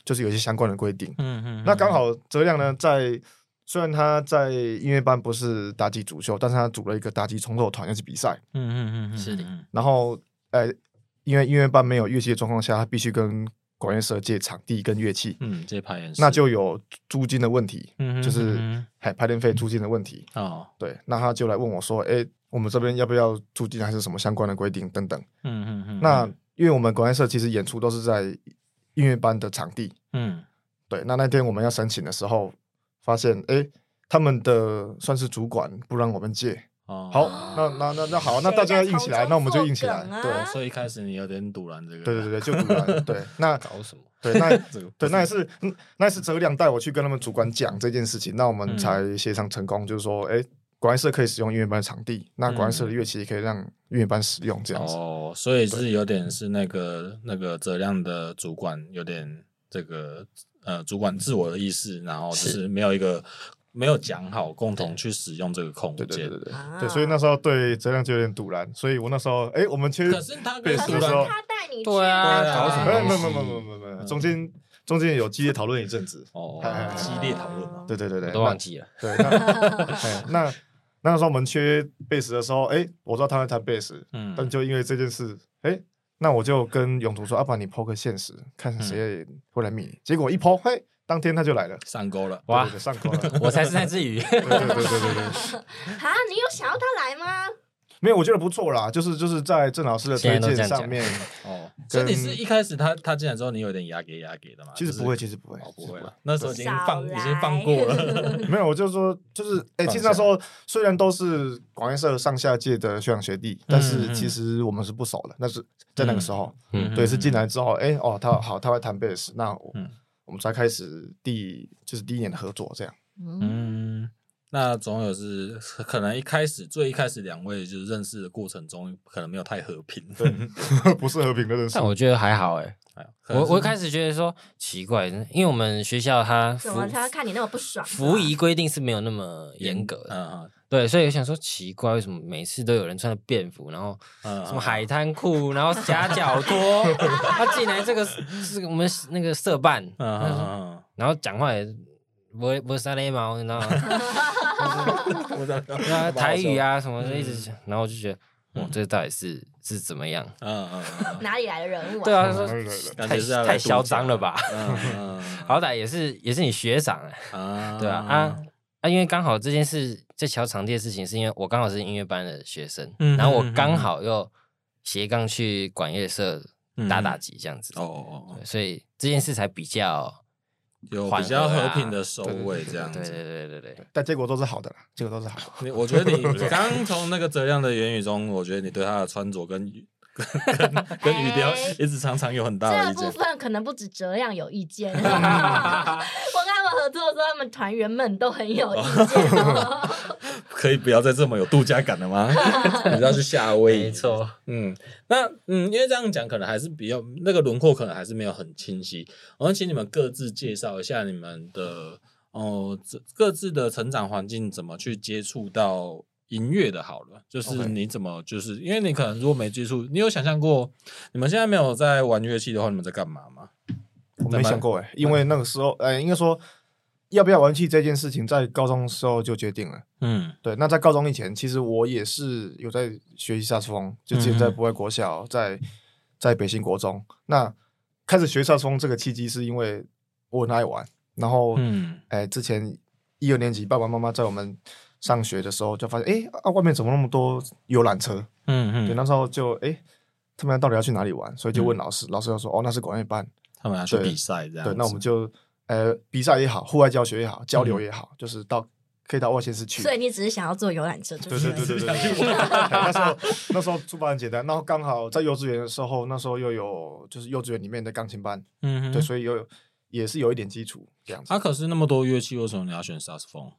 C: 就是有一些相关的规定。
A: 嗯嗯
C: 那刚好哲亮呢，在虽然他在音乐班不是打击主秀，但是他组了一个打击重奏团要去比赛，
A: 嗯嗯嗯
C: 然后呃，因为音乐班没有乐器的状况下，他必须跟管乐社借场地跟乐器，
A: 嗯这排演
C: 那就有租金的问题。
A: 嗯
C: 就是还排练费、租金的问题。
A: 哦
C: 对，那他就来问我说：“哎、我们这边要不要租金还是什么相关的规定等等
A: 嗯嗯嗯？”
C: 那因为我们管乐社其实演出都是在音乐班的场地，
A: 嗯，
C: 对，那那天我们要申请的时候，发现哎、诶他们的算是主管不让我们借，
A: 哦，
C: 好，那那那那好，那大家要硬起来，那我们就硬起来
B: 谁在嘲讽，
C: 对
B: 梗啊
A: 所以一开始你有点堵拦这个，
C: 对对对，就突然对，那
D: 搞什么？
C: 对 那
A: 这个
C: 对那也是嗯那也是哲亮带我去跟他们主管讲这件事情，那我们
D: 嗯
C: 才协商成功，就是说，哎、管乐社可以使用音乐班的场地，那管乐
D: 嗯
C: 社的乐器也可以让音乐班使用，这样子。嗯
A: 哦，所以是有点是那个那个泽亮的主管有点这个呃主管自我的意识，然后就是没有一个没有讲好共同去使用这个空
C: 对
A: 间。
C: 对对对对，
B: 啊
C: 对，所以那时候对哲亮就有点堵然，所以我那时候，哎、我们其实
A: 可是他跟
C: 背书
A: 主
C: 的时
A: 管
C: 候
B: 他带你去
D: 对啊
A: 对啊
D: 搞什
C: 没有没有
D: 么
C: 没有
D: 东
C: 没有
D: 西？嗯
C: 没有没有，中间中间有激烈讨论一阵子。
A: 哦
C: 哎哎
A: 激烈讨论啊，
C: 对对对对，
D: 哦我都
C: 那
D: 忘记了。
C: 对，那哎 那那时候我们缺贝斯的时候，哎，我知道他们弹贝斯，
A: 嗯
C: 但就因为这件事，哎，那我就跟永图说，阿爸你抛个现实，看
D: 嗯
C: 谁会来密你。结果一抛，嘿，当天他就来了，
A: 上钩了。
D: 哇
C: 对，对对上钩了。
D: 我才是那只鱼。
C: 对对对对对对，
B: 啊，你有想要他来吗？
C: 没有，我觉得不错啦，就是就是在郑老师的推
D: 现在都这
C: 荐
D: 样讲
C: 上面，
A: 哦，所以
C: 跟
A: 你是一开始他他进来之后，你有点压给压给的嘛？
C: 其实
A: 就是
C: 不会，其实不会
A: 哦，，不会了，那时候已经放
B: 少来
A: 已经放过了。
C: 没有，我就说， 就是，哎、
A: 放
C: 其实
A: 下
C: 那时候虽然都是广院社上下届的学长学弟，但是其实我们是不熟的。那是在那个时候，
D: 嗯
C: 对，是进来之后，哎、哦，他好，他会弹贝斯，那我,、
A: 嗯
C: 我们才开始第就是第一年的合作这样。
B: 嗯，
A: 嗯，那总有是可能一开始最一开始两位就是认识的过程中，可能没有太和平。 对，
C: 不是和平的认识
D: 但，我觉得还好哎、我我一开
A: 始
D: 始觉得说奇怪，因为我们学校它服
B: 怎么他看你那么不爽？啊
D: 服仪规定是没有那么严格的，
A: 嗯
D: 对，所以我想说奇怪，为什么每次都有人穿着便服，然后
A: 嗯，
D: 什么海滩裤，然后 夹脚拖，他进来这个是我们那个社办，
A: 嗯嗯嗯
D: 然后讲话也不会不会撒雷毛，你知道吗？
A: 嗯，我知道
D: 对啊，台语，啊什么的一直讲，然后我就觉得，哦哇，这到底是是怎么样？
A: 嗯嗯嗯
B: 哪里来的人物？
D: 对，啊，说
C: 对对对
A: 感
D: 太
A: 觉嗯是要来
D: 太
A: 度假
D: 嚣张了吧？
A: 嗯嗯
D: 好歹也是也是你学长哎、
A: 啊
D: 对啊啊，啊！因为刚好这件事，这桥场地的事情，是因为我刚好是音乐班的学生，
A: 嗯
D: 然后
A: 嗯
D: 我
A: 嗯
D: 刚好又斜杠去管乐社打打击这样子，
A: 哦哦
D: 对
A: 哦，
D: 所以这件事才比较
A: 有
D: 缓
A: 比较
D: 和啊
A: 和平的收尾这样
D: 对
A: 子。
D: 对对对对，
C: 但结果都是好的啦，结果都是好的。
A: 你我觉得你刚刚从那个泽亮的言语中，我觉得你对他的穿着跟语跟跟语调
B: 哎
A: 一直常常有很大的
B: 这
A: 意
B: 部
A: 见。
B: 分可能不止哲亮有意 见。 我跟他们合作的时候，他们团员们都很有意见 哦。
A: 可以不要再这么有度假感了 吗？你要去夏威夷？
D: 没错，
A: 嗯，那嗯，因为这样讲可能还是比较那个轮廓可能还是没有很清晰。我想请你们各自介绍一下你们的哦，这各自的成长环境怎么去接触到音乐的？好了，就是
C: OK
A: 你怎么就是因为你可能如果没接触，你有想象过你们现在没有在玩乐器的话，你们在干嘛吗？
C: 我没想过哎、因为那个时候，哎、应该说要不要玩戏这件事情，在高中的时候就决定了。
A: 嗯
C: 对，那在高中以前，其实我也是有在学习萨克斯风，就之前在
A: 嗯
C: 不外国小，在在北新国中。那开始学萨克斯风这个契机，是因为我很爱玩，然后，哎、
A: 嗯
C: 之前一二年级，爸爸妈妈在我们上学的时候就发现，哎、啊，外面怎么那么多游览车？
A: 嗯
C: 对，
A: 嗯，
C: 那时候就哎。诶他们到底要去哪里玩？所以就问老师，老师就说：“哦，那是管乐班。
A: 他们要去
C: 对
A: 比赛这样子。
C: 对，那我们就呃比赛也好，户外教学也好，交流也
A: 嗯
C: 好，就是到可以到外县市去。
B: 所以你只是想要坐游览车，就
C: 对
B: 是
C: 对
B: 了
C: 对对对， 那时候那时候出版很简单，然后刚好在幼稚园的时候，那时候又有就是幼稚园里面的钢琴班，
A: 嗯哼
C: 对，所以有也是有一点基础这样子。
A: 啊，可是那么多乐器，为什么你要选萨克斯风？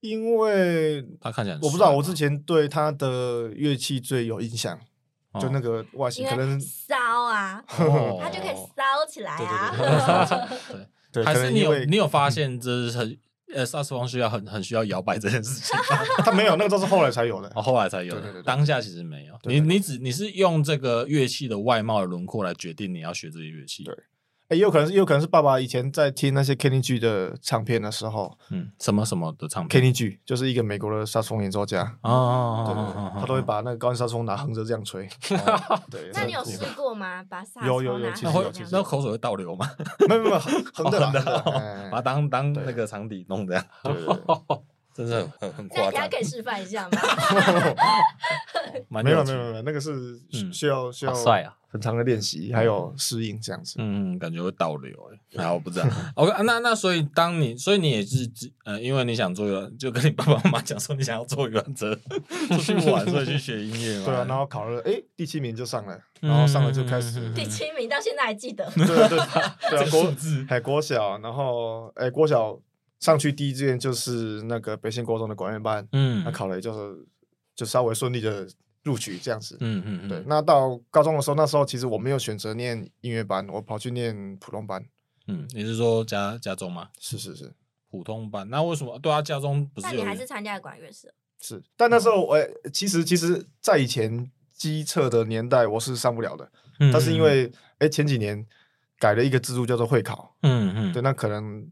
C: 因为
A: 他看起来很
C: 我不知道，
A: 帅
C: 我
A: 嘛
C: 之前对他的乐器最有印象，就那个外形，可
B: 因为
C: 能
B: 骚啊，
A: 哦
B: 他就可以骚起来
C: 哦
B: 啊。
A: 对，
C: 对，
A: 还
C: 可
A: 是
C: 能
A: 你
C: 因
A: 有
C: 为
A: 你有发现，这是很呃萨克斯风需要很很需要摇摆这件事 情，
C: 他没有，那个都是后来才有的
A: 哦，。后来才有
C: 对对
A: 的，
C: 对对
A: 当下其实没有。
C: 对
A: 你
C: 对
A: 你只你是用这个乐器的外貌的轮廓来决定你要学这些乐器，
C: 对哎，也有可能是，也有可能是爸爸以前在听那些 Kenny G 的唱片的时候
A: 嗯，什么什么的唱片
C: ，Kenny G 就是一个美国的萨克斯风演奏家，
A: 哦哦，
C: 对对
A: 哦
C: 对，他都会。
A: 哦哦哦
C: 把那个高音萨克斯风拿横着这样吹。
A: 哦
C: 对，
B: 那你有
C: 这
B: 试过吗？ 把萨克
C: 有
B: 斯
C: 有
B: 风
C: 有
B: 拿
C: 其实
A: 那
B: 好
A: 会
C: 有
B: 这样
A: 那
B: 子
A: 口水会倒流吗？
C: 没有没有
A: 哦
C: 横的啦横的啦，哎
A: 把它当当
C: 对
A: 那个场底弄这样，
C: 对对对
A: 真是很很很
B: 那
A: 夸
B: 等一下
A: 张
B: 可，以示 范一下吗？
A: 蛮
C: 没有
A: 趣
C: 没有没有，那个是需
A: 嗯
C: 需要需
D: 好
C: 要
D: 帅啊！
C: 很长的练习，还有适应这样子。
A: 嗯，感觉会倒流哎、欸，啊，我不知 道。OK，啊那那所以当你，所以你也是只呃，因为你想做游览，就跟你爸爸妈妈讲说你想要做游览车，出去玩，所以去学音乐嘛。
C: 对啊，然后考了，哎，第七名就上了，然后上了就开始，
A: 嗯
B: 第七名到现在还记得，
C: 对对对，对啊，
A: 数
C: 国
A: 字，
C: 哎国小，然后哎国小上去第一志愿就是那个北线国中的管乐班，
A: 嗯
C: 那啊考了就是就稍微顺利的录取这样子。
A: 嗯嗯嗯，
C: 对，那到高中的时候，那时候其实我没有选择念音乐班，我跑去念普通班。
A: 嗯，你是说家家中吗？
C: 是是是
A: 普通班？那为什么对啊？家中不
B: 但
A: 是
B: 你
A: 有
B: 还是参加了管乐社，
C: 是，啊但那时
A: 嗯
C: 候我、其实其实在以前机测的年代，我是上不了的。
A: 嗯
C: 但是因为哎、前几年改了一个制度叫做会考，
A: 嗯嗯
C: 对，那可能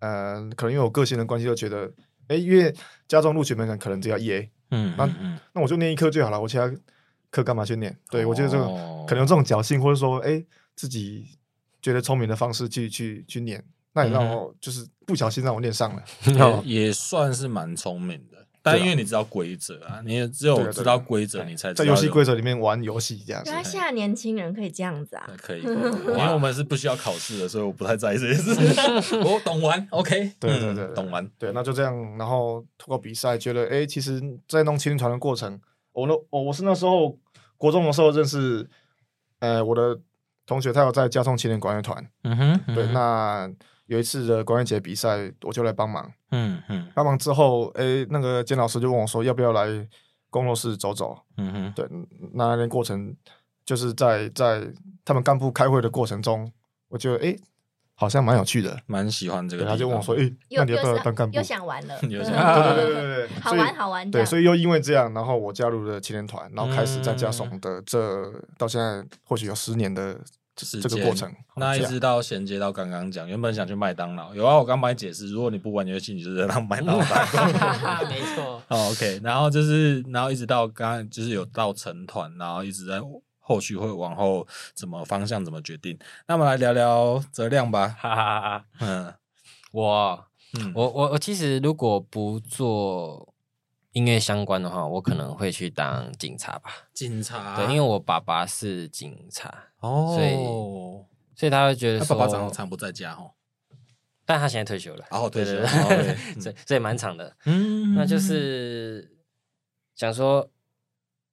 C: 呃可能因为我个性的关系，就觉得哎、因为家中录取门槛可能只要一 A，
A: 嗯
C: 那
A: 嗯嗯
C: 那我就念一科就好了，我其他课干嘛去念？对、我觉得这个
A: 哦
C: 可能有这种侥幸，或者说哎、自己觉得聪明的方式去去去念，那也让我、就是不小心让我念上 了。
A: 嗯也也算是蛮聪明的，但
C: 对啊
A: 因为你知道规则啊，你也只有
C: 对啊
A: 知道
C: 对啊
A: 规则，你才知
C: 在
A: 道
C: 游戏
A: 有
C: 规则里面玩游戏这样子
B: 原。来现在年轻人可以这样子啊
A: 那！可以，因为我们是不需要考试的，所以我不太在意这件事。 我懂玩，OK，
C: 对啊对
A: 嗯
C: 对对
A: 懂玩。
C: 对，那就这样，然后通过比赛，觉得哎，其实，在弄青年团的过程，我那哦我我是那时候国中的时候认识，呃，我的同学他有在加送青年管乐团，
A: 嗯哼
C: 对，那有一次的管乐节比赛，我就来帮忙，
A: 嗯嗯
C: 帮忙之后，哎，那个监老师就问我说，要不要来工作室走走？
A: 嗯哼，
C: 对，那那天过程就是在在他们干部开会的过程中，我觉得哎，诶好像蛮有趣的，
A: 蛮喜欢这个
C: 对，
A: 地
C: 他
A: 方。
C: 就问我说，哎，
B: 又
C: 那你要
B: 又
C: 不要
B: 是
C: 当干部
B: 又？想玩 了，
A: 又 想
C: 啊
A: 玩
C: 对对对对对，
B: 好
C: 所以
B: 玩好玩这
C: 对，
B: 样，
C: 所以又因为这样，然后我加入了青年团，然后开始在加
A: 嗯
C: 怂的这到现在或许有十年的
A: 时
C: 这这个
A: 间
C: 过程。
A: 那
C: 这
A: 一
C: 样
A: 直到衔接到刚刚讲，原本想去麦当劳，有啊，我刚帮你解释，如果你不玩游戏，你就是在当麦当劳打工。
D: 没错，
A: 哦，OK，然后就是，然后一直到刚刚就是有到成团，然后一直在后续会往后怎么方向怎么决定。那我们来聊聊泽亮吧。
D: 哈哈哈哈！
A: 嗯
D: 我
A: 嗯，
D: 我我我其实如果不做音乐相关的话，我可能会去当警察吧。
A: 警察
D: 对，因为我爸爸是警察，
A: 哦，
D: 所以所以他会觉得
A: 他
D: 说，
A: 爸爸常常不在家哦。
D: 但他现在退休了，
A: 然后退休
D: 对
A: 了
D: 对
A: 哦
D: 对
A: 对嗯
D: 所以所以蛮长的。
A: 嗯
D: 那就是想说，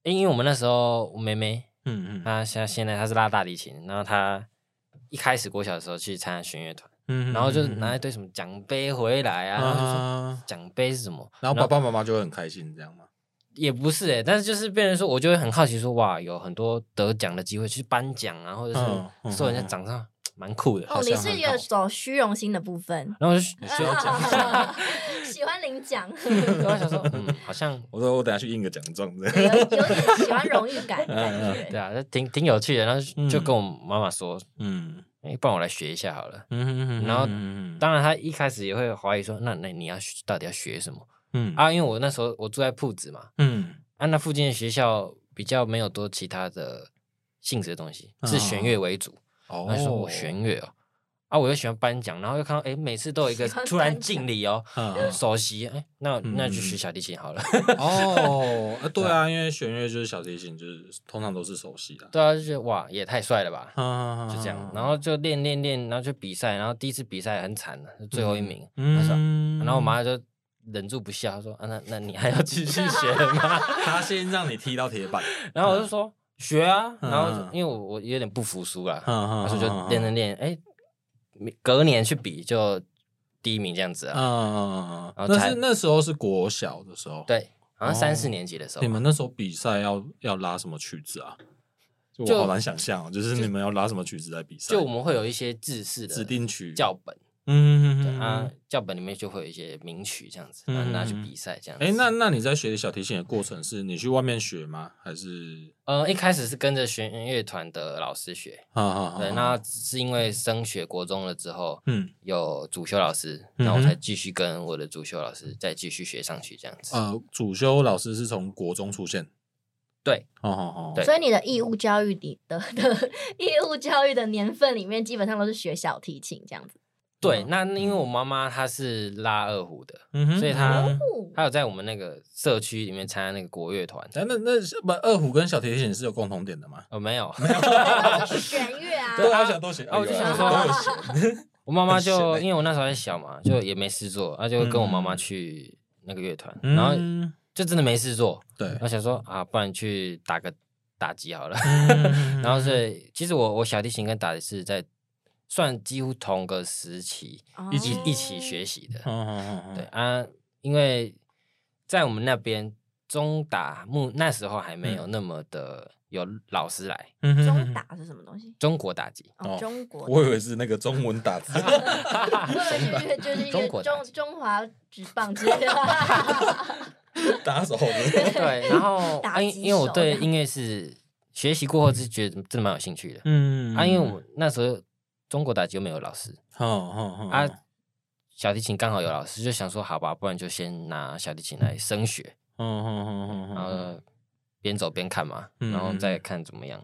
D: 因因为我们那时候我妹妹，
A: 嗯嗯
D: 她现在现在她是拉大提琴，然后她一开始国小的时候去参加弦乐团，
A: 嗯
D: 然后就拿一堆什么奖杯回来啊，然后就说
A: 啊，
D: 奖杯是什么？
A: 然后爸爸妈妈就会很开心，这样吗？
D: 也不是诶、欸但是就是变成说，我就会很好奇说，哇，有很多得奖的机会去颁奖啊，或者
A: 嗯嗯
D: 是受人家奖上，蛮酷的。
B: 哦，你是有走虚荣心的部 分，
D: 然后我就
A: 你需要讲一
B: 喜欢领奖，
D: 然后想说，嗯，好像
A: 我说我等下去印个奖状，这
B: 有
A: 样。
B: 有点喜欢荣誉感的
C: 嗯
B: 感
D: 对
B: 觉。
D: 啊，就挺挺有趣的。然后就就
A: 嗯
D: 跟我妈妈说，
A: 嗯
D: 哎、不然我来学一下好了。
A: 嗯
D: 然后
A: 嗯
D: 当然，她一开始也会怀疑说，那那你要学到底要学什么
A: 嗯
D: 啊？因为我那时候我住在铺子嘛，
A: 嗯
D: 啊，那附近的学校比较没有多其他的性质的东
B: 嗯
D: 西，是弦乐为主。
A: 哦
D: 他就说我弦乐哦，啊，我又喜欢颁奖，然后又看到哎，诶每次都有一个
B: 喜欢
D: 突然
B: 颁奖嗯
D: 敬礼哦，
A: 啊
D: 首席，哎，那
A: 嗯
D: 那就
A: 嗯
D: 学小提琴好了。
A: 哦，啊对啊，因为弦乐就是小提琴，就是通常都是首席的。
D: 对啊，就觉得哇，也太帅了吧，
A: 啊
D: 就这样，然后就练练练，然后就比赛，然后第一次比赛很惨的，最后一名，她说
A: 嗯
D: 然后我 妈就忍住不笑，她说啊，那那你还要继续学吗？
A: 她先让你踢到铁板，
D: 然后我就说学啊，
A: 嗯
D: 然后就因为我我有点不服输啦，
A: 然
D: 然后就
A: 嗯
D: 练练练，哎，隔年去比就第一名这样子啊，
A: 嗯，那是那时候是国小的时候，
D: 对，好
A: 哦
D: 像三四年级的时候
A: 你
D: 吧。
A: 们那时候比赛要要拉什么曲子啊？就
D: 就
A: 我好难想象、哦，就是你们要拉什么曲子在比赛？
D: 就我们会有一些制式的
A: 指定曲
D: 教本，
A: 嗯
D: 对
A: 嗯
D: 啊
A: 嗯。，
D: 教本里面就会有一些名曲这样子，
A: 嗯
D: 然后拿去比赛这样子。
A: 哎、那那你在学小提琴的过程是你去外面学吗？还是
D: 呃一开始是跟着弦乐团的老师学，
A: 啊啊
D: 对，那是因为升学国中了之后
A: 嗯
D: 有主修老师，
A: 嗯哼
D: 那我才继续跟我的主修老师再继续学上去这样子。
A: 呃，主修老师是从国中出现，
D: 对，
A: 哦哦哦，
D: 对
B: 所以你的义务教育里的的义务教育的年份里面，基本上都是学小提琴这样子。
D: 对，那因为我妈妈她是拉二胡的，
A: 嗯哼
D: 所以他
A: 嗯
B: 哦
D: 她有在我们那个社区里面参加那个国乐团。
A: 哎那那不二胡跟小提琴是有共同点的吗？
D: 哦，没有，
B: 弦乐啊，
A: 对啊，我想多学，
D: 啊我就想
A: 都
D: 说
A: 有 学，
D: 我妈妈
A: 很闲
D: 就
A: 欸
D: 因为我那时候还小嘛，就也没事做，她就会跟我妈妈
A: 嗯
D: 去那个乐团，
A: 嗯
D: 然后就真的没事做，
A: 对
D: 然，后想说啊，不然去打个打击好了。
A: 嗯
D: 然后是，其实我我小提琴跟打击是在算几乎同个时期
A: 啊
D: 一起
B: 哦
D: 一起学
B: 习，
D: 习的，
A: 嗯嗯嗯
D: 对啊，因为在我们那边中打木那时候还没有那么的有老师来，
A: 嗯哼
B: 中打是什么东西？
D: 中国打 击
B: 哦
A: 哦，
B: 中国
A: 我以为是那个中文打字，
B: 对，就是就是一
D: 中
B: 个
D: 国
B: 中
D: 打击
B: 中华职棒之类的，
A: 打手
D: 对，然 后
B: 打
D: 啊因
B: 击
D: 因为我
B: 手
D: 对
B: 这样
D: 音乐是学习过后是觉得真的蛮有兴趣的，
A: 嗯
D: 啊，因为我那时候中国打击又没有老师
A: 哦哦哦
D: 啊。小提琴刚好有老师，就想说好吧，不然就先拿小提琴来升学。
A: 哦哦哦
D: 然
A: 哦，
D: 后边走边看嘛，
A: 嗯
D: 然后再看怎么样。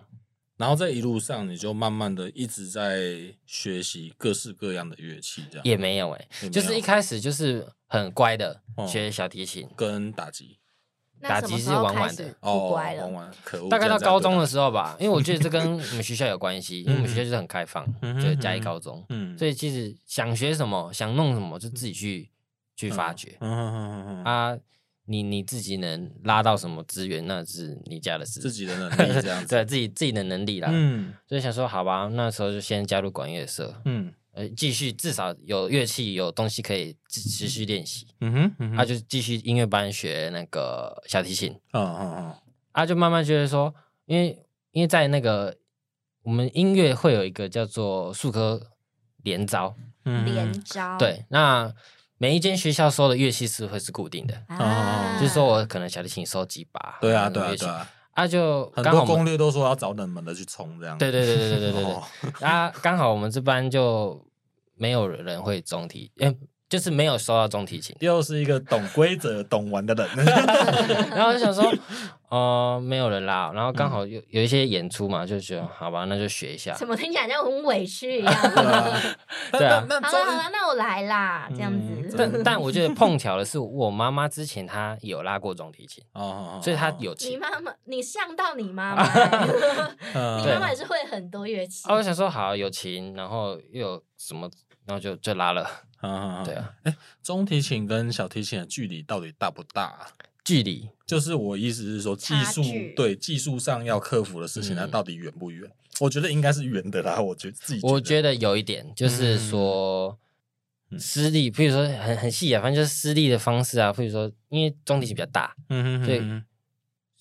A: 然后在一路上你就慢慢的一直在学习各式各样的乐器，这样
D: 也没有哎、
A: 也没有啊
D: 就是一开始就是很乖的
A: 哦
D: 学小提琴，
A: 跟打击
B: 那什么时候开始
A: 哦，
B: 不乖了
A: 玩？玩可恶，
D: 大概到
A: 这样
D: 高中的时候吧，因为我觉得这 跟我们学校有关系，因为我们学校就是很开放，
A: 嗯
D: 就是嘉义高中，
A: 嗯，
D: 所以其实想学什么想弄什么就自己去去发掘
A: 嗯嗯嗯嗯嗯，
D: 啊。你你自己能拉到什么资源，那是你家的事，
A: 自己的能 力这样子，
D: 对自己自己的能力啦。
A: 嗯
D: 所以想说，好吧，那时候就先加入管乐社，
A: 嗯
D: 呃，继续至少有乐器有东西可以持持续练习，
A: 嗯哼嗯哼，
D: 他、啊就继续音乐班学那个小提琴，
A: 嗯嗯
D: 他、就慢慢觉得说，因为因为在那个我们音乐会有一个叫做数科连招，
A: 嗯
B: 连招，
D: 对，那每一间学校收的乐器是会是固定的，
B: 啊，
D: 哦就是说我可能小提琴收几把，
A: 对啊
D: 然后
A: 对啊
D: 乐器
A: 对，啊，
D: 啊就
A: 很
D: 刚
A: 多
D: 好我们
A: 攻略都说要找冷门的去冲这样，
D: 对对对对对对对对
A: 哦，
D: 啊，刚好我们这班就没有人会中提，哎、就是没有收到中提琴。
A: 又是一个懂规则、懂玩的人。
D: 然后就 想说，呃，没有人啦。然后
A: 嗯
D: 刚好有有一些演出嘛，就觉得好吧，那就学一下
B: 怎。么听起来像很委屈一样？
A: 对
B: 好
A: 啊，
D: 对啊
A: 那哦
B: 了 好了，那我来啦，这样
A: 嗯
B: 子。
D: 但但我觉得碰巧的是，我妈妈之前她有拉过中提琴，
A: 哦
D: 所以她，有
B: 你
D: 琴。
B: 妈妈，你像到你妈妈 欸，
A: 嗯
B: 你
D: 对
B: 妈妈也是会很多乐器
D: 啊，。 我想说好有琴，然后又有什么，然后就就拉了。对，
A: 嗯嗯嗯
D: 啊，
A: 中提琴跟小提琴的距离到底大不大啊？
D: 距离
A: 就是我意思是说，技术
B: 差距
A: 对技术上要克服的事情，
D: 嗯
A: 它到底远不远？我觉得应该是远的啦，我觉得嗯自己
D: 我
A: 觉
D: 觉得有一点就是说。私立，譬如说很很细啊，反正就是私立的方式啊。譬如说，因为中提琴比较大，
A: 嗯
D: 对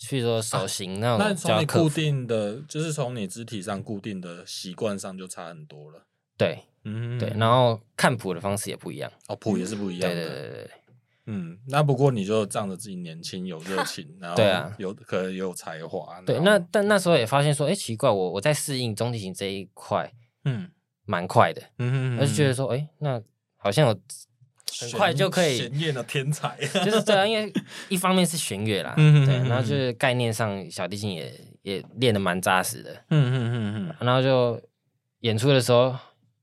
D: 譬如说手型那
A: 啊那
D: 种就
A: 从
D: 要
A: 你
D: 克
A: 固
D: 服。
A: 定的，就是从你肢体上固定的习惯上就差很多了。
D: 对
A: 嗯，
D: 对，然后看谱的方式也不一样。
A: 哦谱也是不一样
D: 对
A: 的，
D: 对对对对。
A: 嗯，那不过你就仗着自己年轻有热 情，然后
D: 对啊
A: 有可能也有才华。
D: 对，
A: 然
D: 那
A: 后
D: 但那时候也发现说，哎、奇怪，我我在适应中提琴这一块
A: 嗯
D: 蛮快的，
A: 嗯
D: 我就觉得说，哎、那好像有很快就可以
A: 显眼的天才，
D: 就是这样，因为一方面是弦乐啦，
A: 嗯嗯
D: 对，
A: 嗯
D: 然后就是概念上小提琴也也练得蛮扎实的，
A: 嗯嗯嗯
D: 然后就演出的时候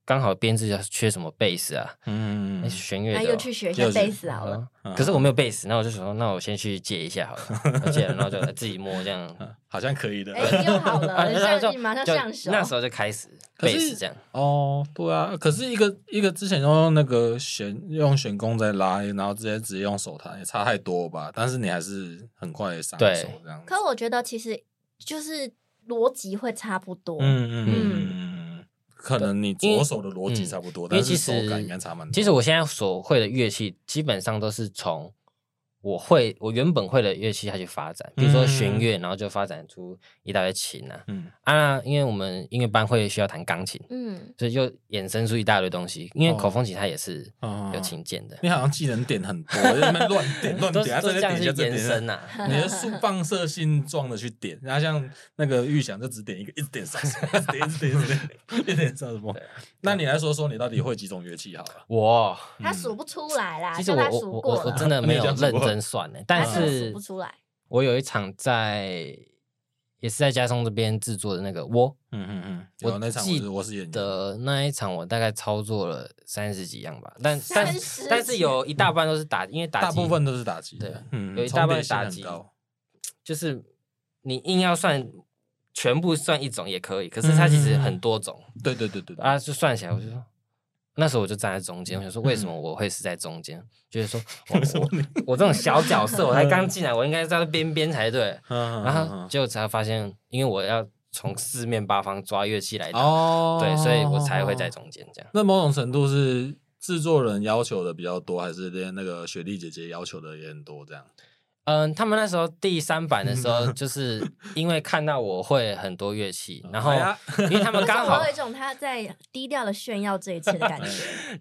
D: 刚好编制要缺什么贝斯啊，
A: 嗯
D: 那弦乐
B: 那
D: 的
B: 又去学一下
A: 又是
B: 贝斯好了。
D: 啊。可是我没有贝斯，那我就想说，那我先去借一下好了，我借了，然后就哎自己摸 这样，啊
A: 嗯，好像可以的。
B: 哎，又好 了，
D: 然后
B: 上
D: 就
B: 去马上
D: 就
B: 上手。
D: 那时候就开始
A: 可
D: 贝
A: 是
D: 斯这样，
A: 哦，对啊，可是一个一个之前用那个弦用弦弓在拉，然后直接直接用手弹，也差太多吧？但是你还是很快上手
D: 对
A: 这样子。
B: 可我觉得其实就是逻辑会差不多。
A: 嗯嗯嗯嗯嗯嗯，可能你左手的逻辑差不多，
D: 因为
A: 但
D: 其
A: 是
D: 实
A: 手感应该差蛮多。
D: 嗯其实我现在所会的乐器，基本上都是从我会我原本会的乐器下去发展，比如说弦乐，然后就发展出一大堆琴啊
A: 嗯
D: 啊，因为我们音乐班会需要弹钢琴，
B: 嗯，
D: 所以就衍生出一大堆东西。因为
A: 哦
D: 口风琴它也是
A: 哦
D: 有琴键 的，
A: 你好像技能点很 多，在那边乱点乱
D: 都是
A: 点，
D: 都
A: 在
D: 是这样去
A: 点
D: 延伸
A: 啊。
D: 呐、 啊。
A: 你的速放射性状的去点，然后像那个预想就只点一个，一直点萨克斯，一直点一直点一直点，一直点萨克斯风。
D: 啊
A: 那你来说说，你到底会几种乐器好了？
D: 我
B: 他数不出来啦，
D: 其实
B: 叫
D: 我
B: 他
D: 我
B: 啊数
D: 我
B: 过
D: 我我
B: 了，啊
D: 真的没有认真算呢、但
B: 他真的
D: 是
B: 数不出来。
D: 我有一场在也是在家中这边制作的那个窝。
A: 嗯嗯嗯，有那场我
D: 记
A: 是我是演员，
D: 的那一场，我大概操作了三十几样吧，但但
B: 30
D: 但是有一大半都是打，因为打
A: 大
D: 击
A: 部分都是打击，
D: 对
A: 嗯，
D: 有一
A: 重
D: 大半
A: 叠性
D: 打
A: 很
D: 击
A: 高
D: 就是你硬要算全部算一种也可以，可是它其
A: 嗯
D: 实很多种、
A: 对对对对，对
D: 啊，就算起来我就说。那时候我就站在中间，我想说为什
A: 嗯
D: 么我会是在中间？就 是说我我我这种小角色，我才刚进来，我应该在边边才对。
A: 嗯
D: 然
A: 嗯
D: 后
A: 嗯
D: 结果才发现，因为我要从四面八方抓乐器
A: 嗯
D: 来打，
A: 哦，
D: 对，所以我才会在中间这样。
A: 那某种程度是制作人要求的比较多，还是连那个雪莉姐姐要求的也很多这样？
D: 嗯，他们那时候第三版的时候，就是因为看到我会很多乐器，然后
A: 哎呀
D: 因为他们
B: 为什
D: 刚
B: 么
D: 好
B: 我有一，种他在低调的炫耀这一切的感觉，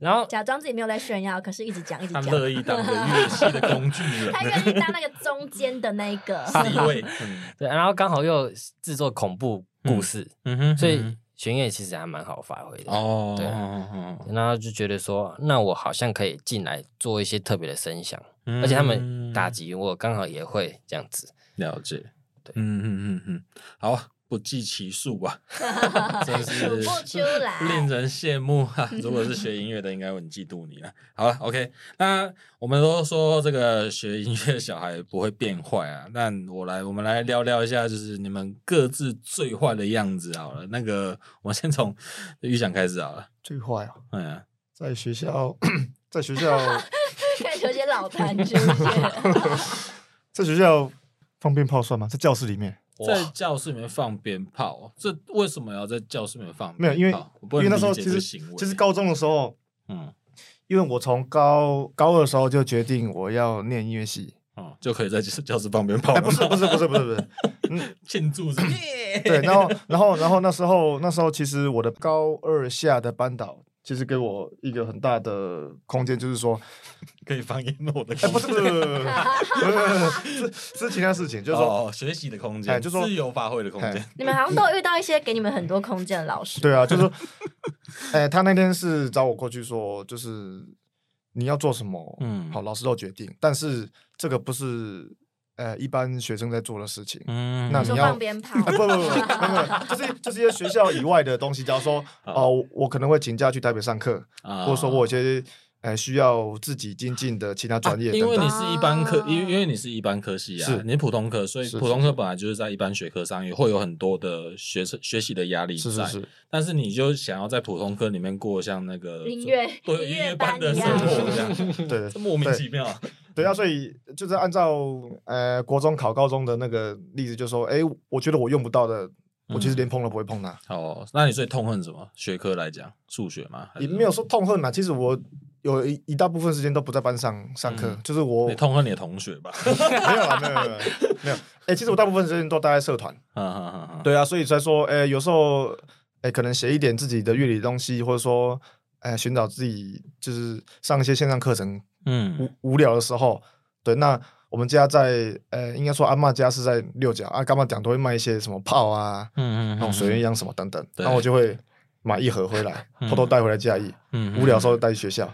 D: 然后
B: 假装自己没有在炫耀，可是一直讲一直
A: 他
B: 讲，
A: 乐意当个乐器的工具
B: 他
A: 人，
B: 愿意当那个中间的那一个。
A: 地 位，嗯
D: 对，然后刚好又制作恐怖故事，
A: 嗯哼
D: 所以弦乐其实还蛮好发挥的。
A: 哦，
D: 对
A: 嗯
D: 然后就觉得说，那我好像可以进来做一些特别的声响，
A: 嗯
D: 而且他们打击我刚好也会这样子。
A: 了解，
D: 对
A: 嗯嗯嗯嗯，好，不计其数啊 吧，真是
B: 数不出来
A: 令人羡慕
D: 啊
A: 哈、如果是学音乐的，应该会很嫉妒你了。好了，OK，那我们都说这个学音乐的小孩不会变坏啊，那我来，我们来聊聊一下，就是你们各自最坏的样子好了。那个，我们先从预想开始好了。
C: 最坏啊，
A: 哎呀，
C: 在学校， 在学校，
B: 开始有些老坛出现，
C: 在学校放鞭炮算吗？在教室里面
A: 在教室里面放鞭炮，哦这为什么要在教室里面放鞭炮？
C: 没有，因为
A: 哦我不
C: 因
A: 能
C: 为那时候
A: 理解
C: 其
A: 这
C: 实
A: 行为
C: 其实高中的时候，
A: 嗯
C: 因为我从高高二的时候就决定我要念音乐系。
A: 嗯就可以在教室放鞭炮了
C: 哎，不
A: 吗，
C: 是不是不是不是不 是，
A: 庆祝是
C: 对，然后然后然后那时候那时候其实我的高二下的班导其实给我一个很大的空间，就是说，
A: 可以放烟幕的
C: 哎，
A: 空
C: 不是 不是不是不是不是不是是是其他事情，就是说
A: 哦、学习的空间，
C: 哎就说
A: 自由发挥的空间
C: 哎。
B: 你们好像都有遇到一些给你们很多空间的老师，
C: 对啊，就是说， 哎，他那天是找我过去说，就是你要做什么，
A: 嗯
C: 好，老师都决定，但是这个不是呃一般学生在做的事情，
A: 嗯
C: 那
B: 你说
C: 你要
B: 放 鞭炮
C: 啊、，不不不不不不，就是就是一些学校以外的东西，假如说哦、我可能会请假去台北上课，
A: 啊
C: 或者说我有些呃需要自己精进的其他专业等
A: 啊因
C: 等。
A: 为你是一般科
B: 啊，
A: 因为因为你是一般科系啊
C: 是，
A: 你是普通科，所以
C: 是
A: 普通科本来就是在一般学科上也会有很多的学学习的压力在，
C: 是是是，
A: 但是你就想要在普通科里面过像那个
B: 音乐
A: 对
B: 音
A: 音
B: 乐
A: 乐
B: 班
A: 的
B: 一
A: 生
B: 样
A: 活这样，
C: 对对
A: 这莫名其妙。
C: 对啊，所以就是按照呃国中考高中的那个例子，就说，哎，我觉得我用不到的，我
A: 嗯
C: 其实连碰都不会碰啊它、
A: 哦，那你最痛恨什么学科来讲？数学吗？还
C: 也
A: 是
C: 没有说痛恨啦，啊其实我有一一大部分时间都不在班上上课，就是我
A: 你嗯痛恨你的同学吧？
C: 没有啦，没有没有没有没有，哎，其实我大部分时间都待在社团。
A: 哈哈哈哈
C: 对啊，所以才说，诶，有时候，诶，可能写一点自己的乐理的东西，或者说，诶，寻找自己就是上一些线上课程，
A: 嗯
C: 无无聊的时候，对，那我们家在，呃，应该说阿嬷家是在六甲，啊，干妈讲都会卖一些什么炮啊，
A: 嗯嗯，
C: 那种水鸳鸯什么等等，
A: 对
C: 然后我就会买一盒回来，
A: 嗯
C: 偷偷带回来家里，
A: 嗯
C: 无聊的时候带去学校，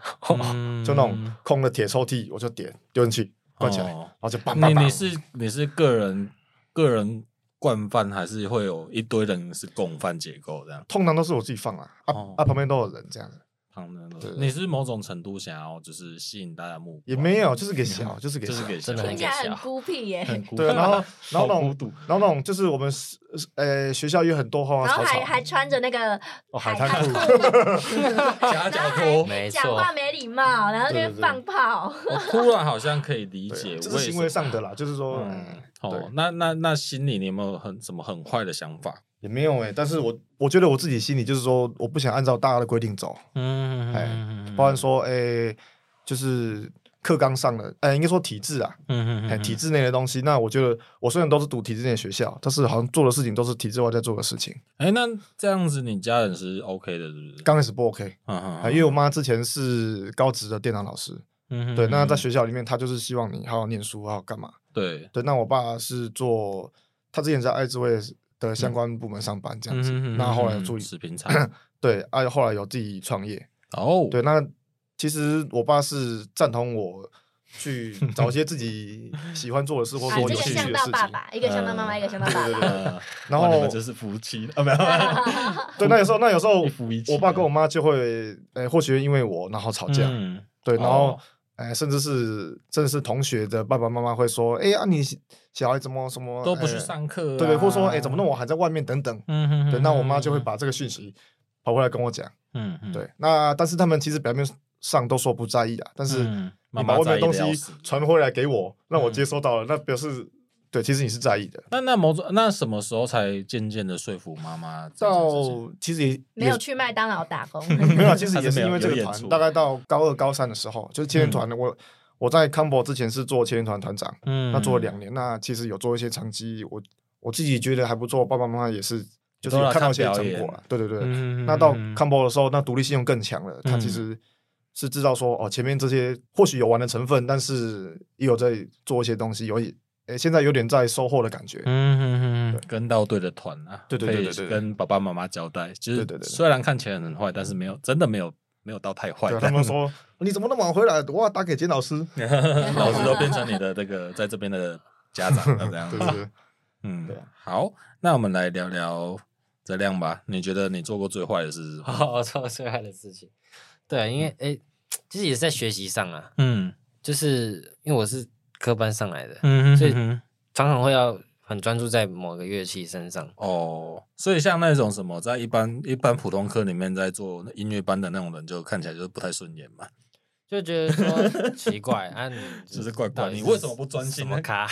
A: 嗯
C: 就那种空的铁抽屉，我就点丢进去，关起来，
A: 哦
C: 然后就棒棒
A: 你
C: 棒。
A: 你是你是个人个人惯犯，还是会有一堆人是共犯结构这样？
C: 通常都是我自己放啊，啊、
A: 哦
C: 啊，旁边都有人这样子。
A: 旁人都
C: 对
A: 你是某种程度想要就是吸引大家目光，
C: 也没有，就是给小，就是给
A: 哦嗯就是
C: 小
A: 给
D: 真的
A: 小
B: 听起来很孤僻耶。
A: 很孤
C: 对，然后然后
A: 啊
C: 那
A: 好孤
C: 种
A: 独，
C: 然后那种就是我们是呃学校有很多花 花
B: 然后
C: 草
B: 还
C: 草，
B: 还穿着那个
C: 哦海滩裤
A: 夹
B: 然
A: 角
B: 后
A: 裤。
B: 还
D: 没
B: 讲
D: 错
B: 话没礼貌，然后就
C: 对对
B: 是
C: 对
B: 放炮。
A: 我突然好像可以理
C: 对
A: 解，
C: 啊这是行为上的啦，。就是说
A: 嗯，哦
C: 对，
A: 那那那心里你有没有很什么很坏的想法？
C: 也没有哎，但是我我觉得我自己心里就是说，我不想按照大家的规定走，
A: 嗯
C: 哎包含，说哎就是课纲上的，哎应该说体制啊，
A: 嗯
C: 哎体制内的东西。那我觉得我虽然都是读体制内的学校，但是好像做的事情都是体制外在做的事情。
A: 哎，那这样子你家人是 OK 的，是不是？
C: 刚开始不 OK，
A: 嗯
C: 啊因为我妈之前是高职的电脑老师，
A: 嗯
C: 对，那在学校里面她就是希望你好好念书，好好干嘛。
A: 对，
C: 对，那我爸是做他之前在爱智慧的
A: 嗯
C: 相关部门上班这样子，那后来有助理、
A: 持平产
C: 对，啊后来有自己创业，
A: 哦，
C: 对，那其实我爸是赞同我去找一些自己喜 欢做的事或
B: 啊，
C: 做
B: 这
C: 有
B: 个
C: 兴
B: 像
C: 趣的
B: 到
C: 事
B: 爸
C: 情。嗯
B: 爸，一个像到妈妈，一个像到爸爸。
A: 呃
C: 然
A: 哇你
C: 后
A: 们真是夫妻啊，没有，
C: 对，那有时候那有时 候
A: 一夫一妻啊
C: 我爸跟我妈就会，呃，或许因为我然后吵架，
D: 嗯
C: 对，然
D: 哦
C: 后呃，甚至是甚至是同学的爸爸妈妈会说，哎啊，你小孩怎么什么
A: 都不去
C: 呃
A: 上课啊，
C: 对对，或者说哎怎么弄我还在外面等等，
D: 嗯哼
C: 对，那我妈就会把这个讯息跑回来跟我讲，
D: 嗯嗯
C: 对，那但是他们其实表面上都说不在意啊，但是
D: 嗯
C: 你
A: 妈
C: 把
A: 妈
C: 外
A: 在
C: 面
A: 意
C: 东
A: 的
C: 西
A: 要死。嗯
C: 传回来给我，让我接收到了，那表示对，其实你是在意的。
A: 那那某种那什么时候才渐渐的说服妈妈这件事情？
C: 到其实也
B: 没有去麦当劳打工，
C: 没有啊，其实
A: 还是
C: 也是
A: 没有
C: 因为这
A: 有
C: 个
A: 演出嗯
C: 团，大概到高二、高三的时候，就是青年团，我我在康博之前是做青年团团长，
D: 嗯
C: 那做了两年，那其实有做一些成绩，我我自己觉得还不错，爸爸妈妈也是，就
A: 都
C: 是有
A: 来
C: 看到
A: 看
C: 一些
A: 表
C: 成
A: 演
C: 果了，对对对。
D: 嗯
C: 那到
D: 嗯嗯
C: 康博的时候，那独立性又更强了，他其
D: 嗯
C: 实是知道说哦，前面这些或许有玩的成分，但是也有在做一些东西，有一诶现在有点在收获的感觉，
D: 嗯嗯嗯
A: 跟到对的团啊，
C: 对对
A: 可以
C: 对对对对
A: 跟爸爸妈妈交代，就
C: 对
A: 是
C: 对对对
A: 虽然看起来很坏，但是没有真的没有没有到太坏。
C: 对，他们 说你怎么那么晚回来？我要打给简老师。
A: 老师都变成你的这个在这边的家长了，这样
C: 对对 对，
A: 嗯
C: 对啊，
A: 好，那我们来聊聊这亮吧。你觉得你做过最坏的事是什么？
D: 嗯，我做最坏的事情，对，因为哎，其实也是在学习上啊，
A: 嗯
D: 就是因为我是科班上来的，
A: 嗯
D: 所以常常会要很专注在某个乐器身上。
A: 哦，所以像那种什么，在一般一般普通课里面在做音乐班的那种人，就看起来就是不太顺眼嘛。
D: 就觉得说奇 怪啊，你
A: 就是怪怪
D: 到底
A: 你
D: 是
A: 为什么不专心
D: 什
A: 呢
D: 么 卡？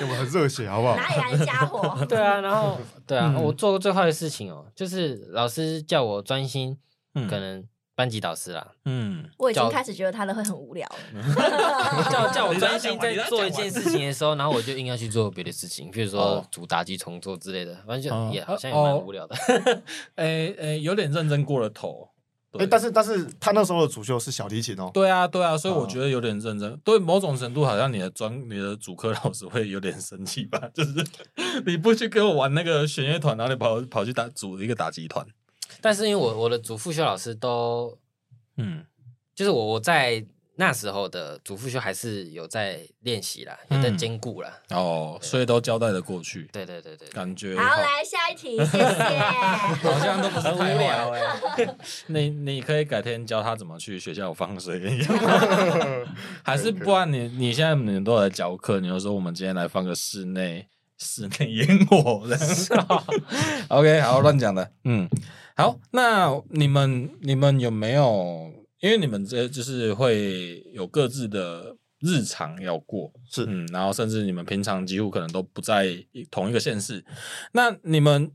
C: 我们很热血，好不好？
B: 哪里来的家 伙？
D: 对啊，然后对啊，
A: 嗯
D: 我做过最坏的事情哦，就是老师叫我专心，
A: 嗯
D: 可能班级导师 啦，
A: 嗯，
B: 我已经
D: 叫
B: 开始觉得他的会很无聊了。
D: 叫叫我专心
A: 你让他讲完
D: 在
A: 你让他
D: 做一
A: 讲完
D: 件事情的时候，然后我就硬要去做别的事情，比如说
A: 哦
D: 主打击重做之类的，反正
A: 哦
D: 就也好像也
A: 哦
D: 蛮无聊的。
A: 诶诶，有点认真过了头。
C: 哎、但是但是他那时候的主修是小提琴哦，
A: 对啊，对啊，所以我觉得有点认真。对，某种程度好像你的专你的主科 老师会有点生气吧，就是 你不去跟我玩那个弦乐团，然后你跑跑去打组一个打击团。
D: 但是因为我我的主副修老师都
A: 嗯
D: 就是我我在那时候的主副修还是有在练习啦，有在
A: 嗯
D: 兼顾啦。
A: 哦，所以都交代的过去，
D: 对对对对，对
A: 感觉
B: 好，来下一题，谢 谢。
A: 好像都不是
D: 很无
A: 太
D: 聊
A: 坏。
D: 哎、
A: 你你可以改天教他怎么去学校放水一样， 还是不然你你现在你们都有在教课，你就说我们今天来放个室内室内烟火这样。OK，好，乱讲的。嗯，好，那你们你们有没有？因为你们这就是会有各自的日常要过，
C: 是
A: 嗯，然后甚至你们平常几乎可能都不在一同一个县市，那你们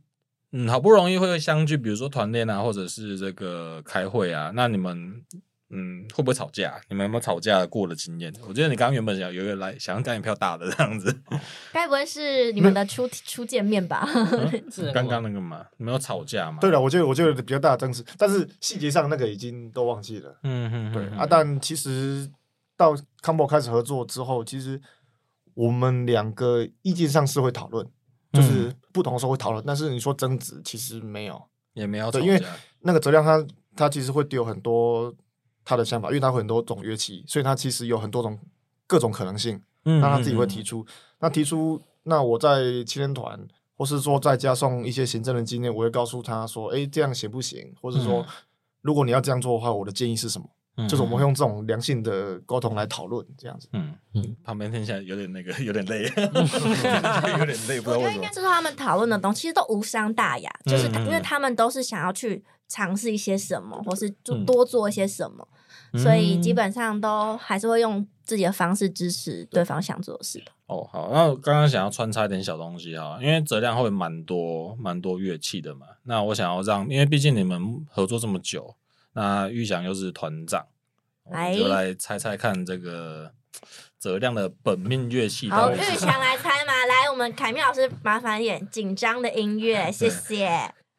A: 嗯好不容易会相聚，比如说团练啊，或者是这个开会啊，那你们嗯会不会吵架？你们有没有吵架过的经验？我觉得你刚刚原本想有一个来想要干一票大的这样子，
B: 该不会是你们的初初见面吧？
D: 是
A: 刚刚那个嘛，你们有吵架吗？
C: 对了，我觉得我觉得比较大的争执，但是细节上那个已经都忘记了。
A: 嗯，嗯嗯
C: 对、啊，但其实到康博开始合作之后，其实我们两个意见上是会讨论，
A: 嗯
C: 就是不同的时候会讨论，但是你说争执其实没有。
A: 也没有吵
C: 对因为
A: 架，
C: 那个哲亮他他其实会丢很多他的想法，因为他会很多种乐器，所以他其实有很多种各种可能性。
A: 那
C: 那他自己
A: 嗯
C: 会提出。那提出，那我在青年团，或是说再加上一些行政的经验，我会告诉他说，哎、这样行不行？或是说，
A: 嗯
C: 如果你要这样做的话，我的建议是什么？就是我们会用这种良性的沟通来讨论，这样子。
A: 嗯嗯
D: 嗯，
A: 旁边听起来有点那个，有点累，有点累，不知
B: 我
A: 道为
B: 觉得
A: 什
B: 应
A: 么
B: 该。就是他们讨论的东西其实都无伤大雅，就是他
A: 嗯嗯嗯
B: 因为他们都是想要去尝试一些什么，或是做
A: 嗯
B: 多做一些什么，
A: 嗯
B: 所以基本上都还是会用自己的方式支持对方想做的事的。
A: 哦，好，那我刚刚想要穿插一点小东西啊，因为质量会蛮多蛮多乐器的嘛。那我想要让，因为毕竟你们合作这么久，那玉祥又是团长，我们
B: 哎
A: 就来猜猜看这个质量的本命乐器到
B: 好，
A: 底
B: 玉
A: 是什
B: 强
A: 么？
B: 来猜嘛，来，我们凯米老师麻烦一点紧张的音乐，谢谢。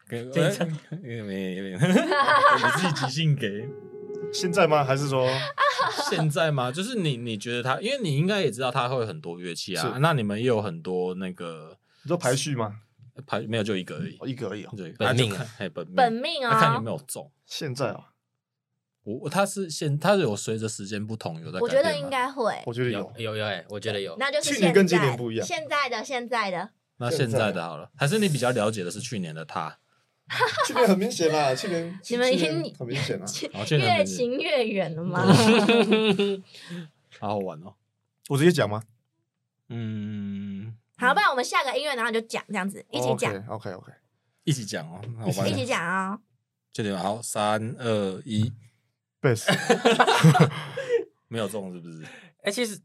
A: 给有点有点有点，你自己即兴给。
C: 现在吗？还是说，
A: 现在吗？就是你你觉得他，因为你应该也知道他会有很多乐器啊，
C: 是
A: 那你们也有很多那个
C: 你说排序吗？
A: 排没有就一个而已
C: 哦，，一个而已哦。
A: 对，
D: 本命啊
A: 啊，哎本命
B: 本命
A: 那看有
B: 哦，
A: 没有中。
C: 现在啊，
A: 我他是现他有随着时间不同有在改变吗，
B: 我觉得应该会。
C: 我觉得有
D: 有，有有哎、我觉得有。
B: 那就是
C: 去
B: 现
C: 年跟今
B: 在
C: 年不一样
B: 现在的现在的，
A: 那
C: 现
A: 现在
C: 在
A: 的好了，还是你比较了解的是去年的他，
C: 去年很明显啦，去年
B: 你们已
C: 去
B: 经
C: 年很明显啊啦。
A: 然后去年
B: 越
A: 很明显
B: 行越远了吗？
A: 好好玩哦。
C: 我直接讲吗？
A: 嗯，
B: 好，不然我们下个音乐，然后就讲这样子，一起讲，
C: 哦 OK OK，
A: 一起讲哦，好玩
B: 一。起讲啊、
A: 这点好，三二一，
C: 贝斯
A: 没有中是不是？
D: 哎、其实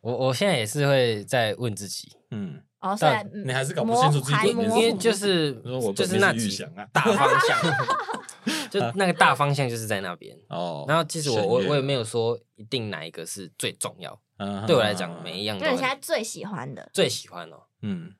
D: 我我现在也是会在问自己，
A: 嗯，
B: 哦。哦，虽
A: 但
B: 然
A: 你还是搞不
B: 模
A: 清楚自己
B: 还
A: 对
D: 因
A: 你
B: 模
A: 是
B: 糊
D: 为就是
A: 你说我
D: 就
A: 本
D: 是
A: 命
D: 那
A: 是预
D: 几
A: 想啊
D: 大方向， 就那个大方向就是在那边。
A: 哦。
D: 然后其实我
A: 弦
D: 我
A: 乐
D: 我也没有说一定哪一个是最重要，
A: 嗯
D: 对我来讲每一样都
B: 那你现在
D: 很
B: 最喜欢的，
D: 最喜欢哦。
A: 嗯，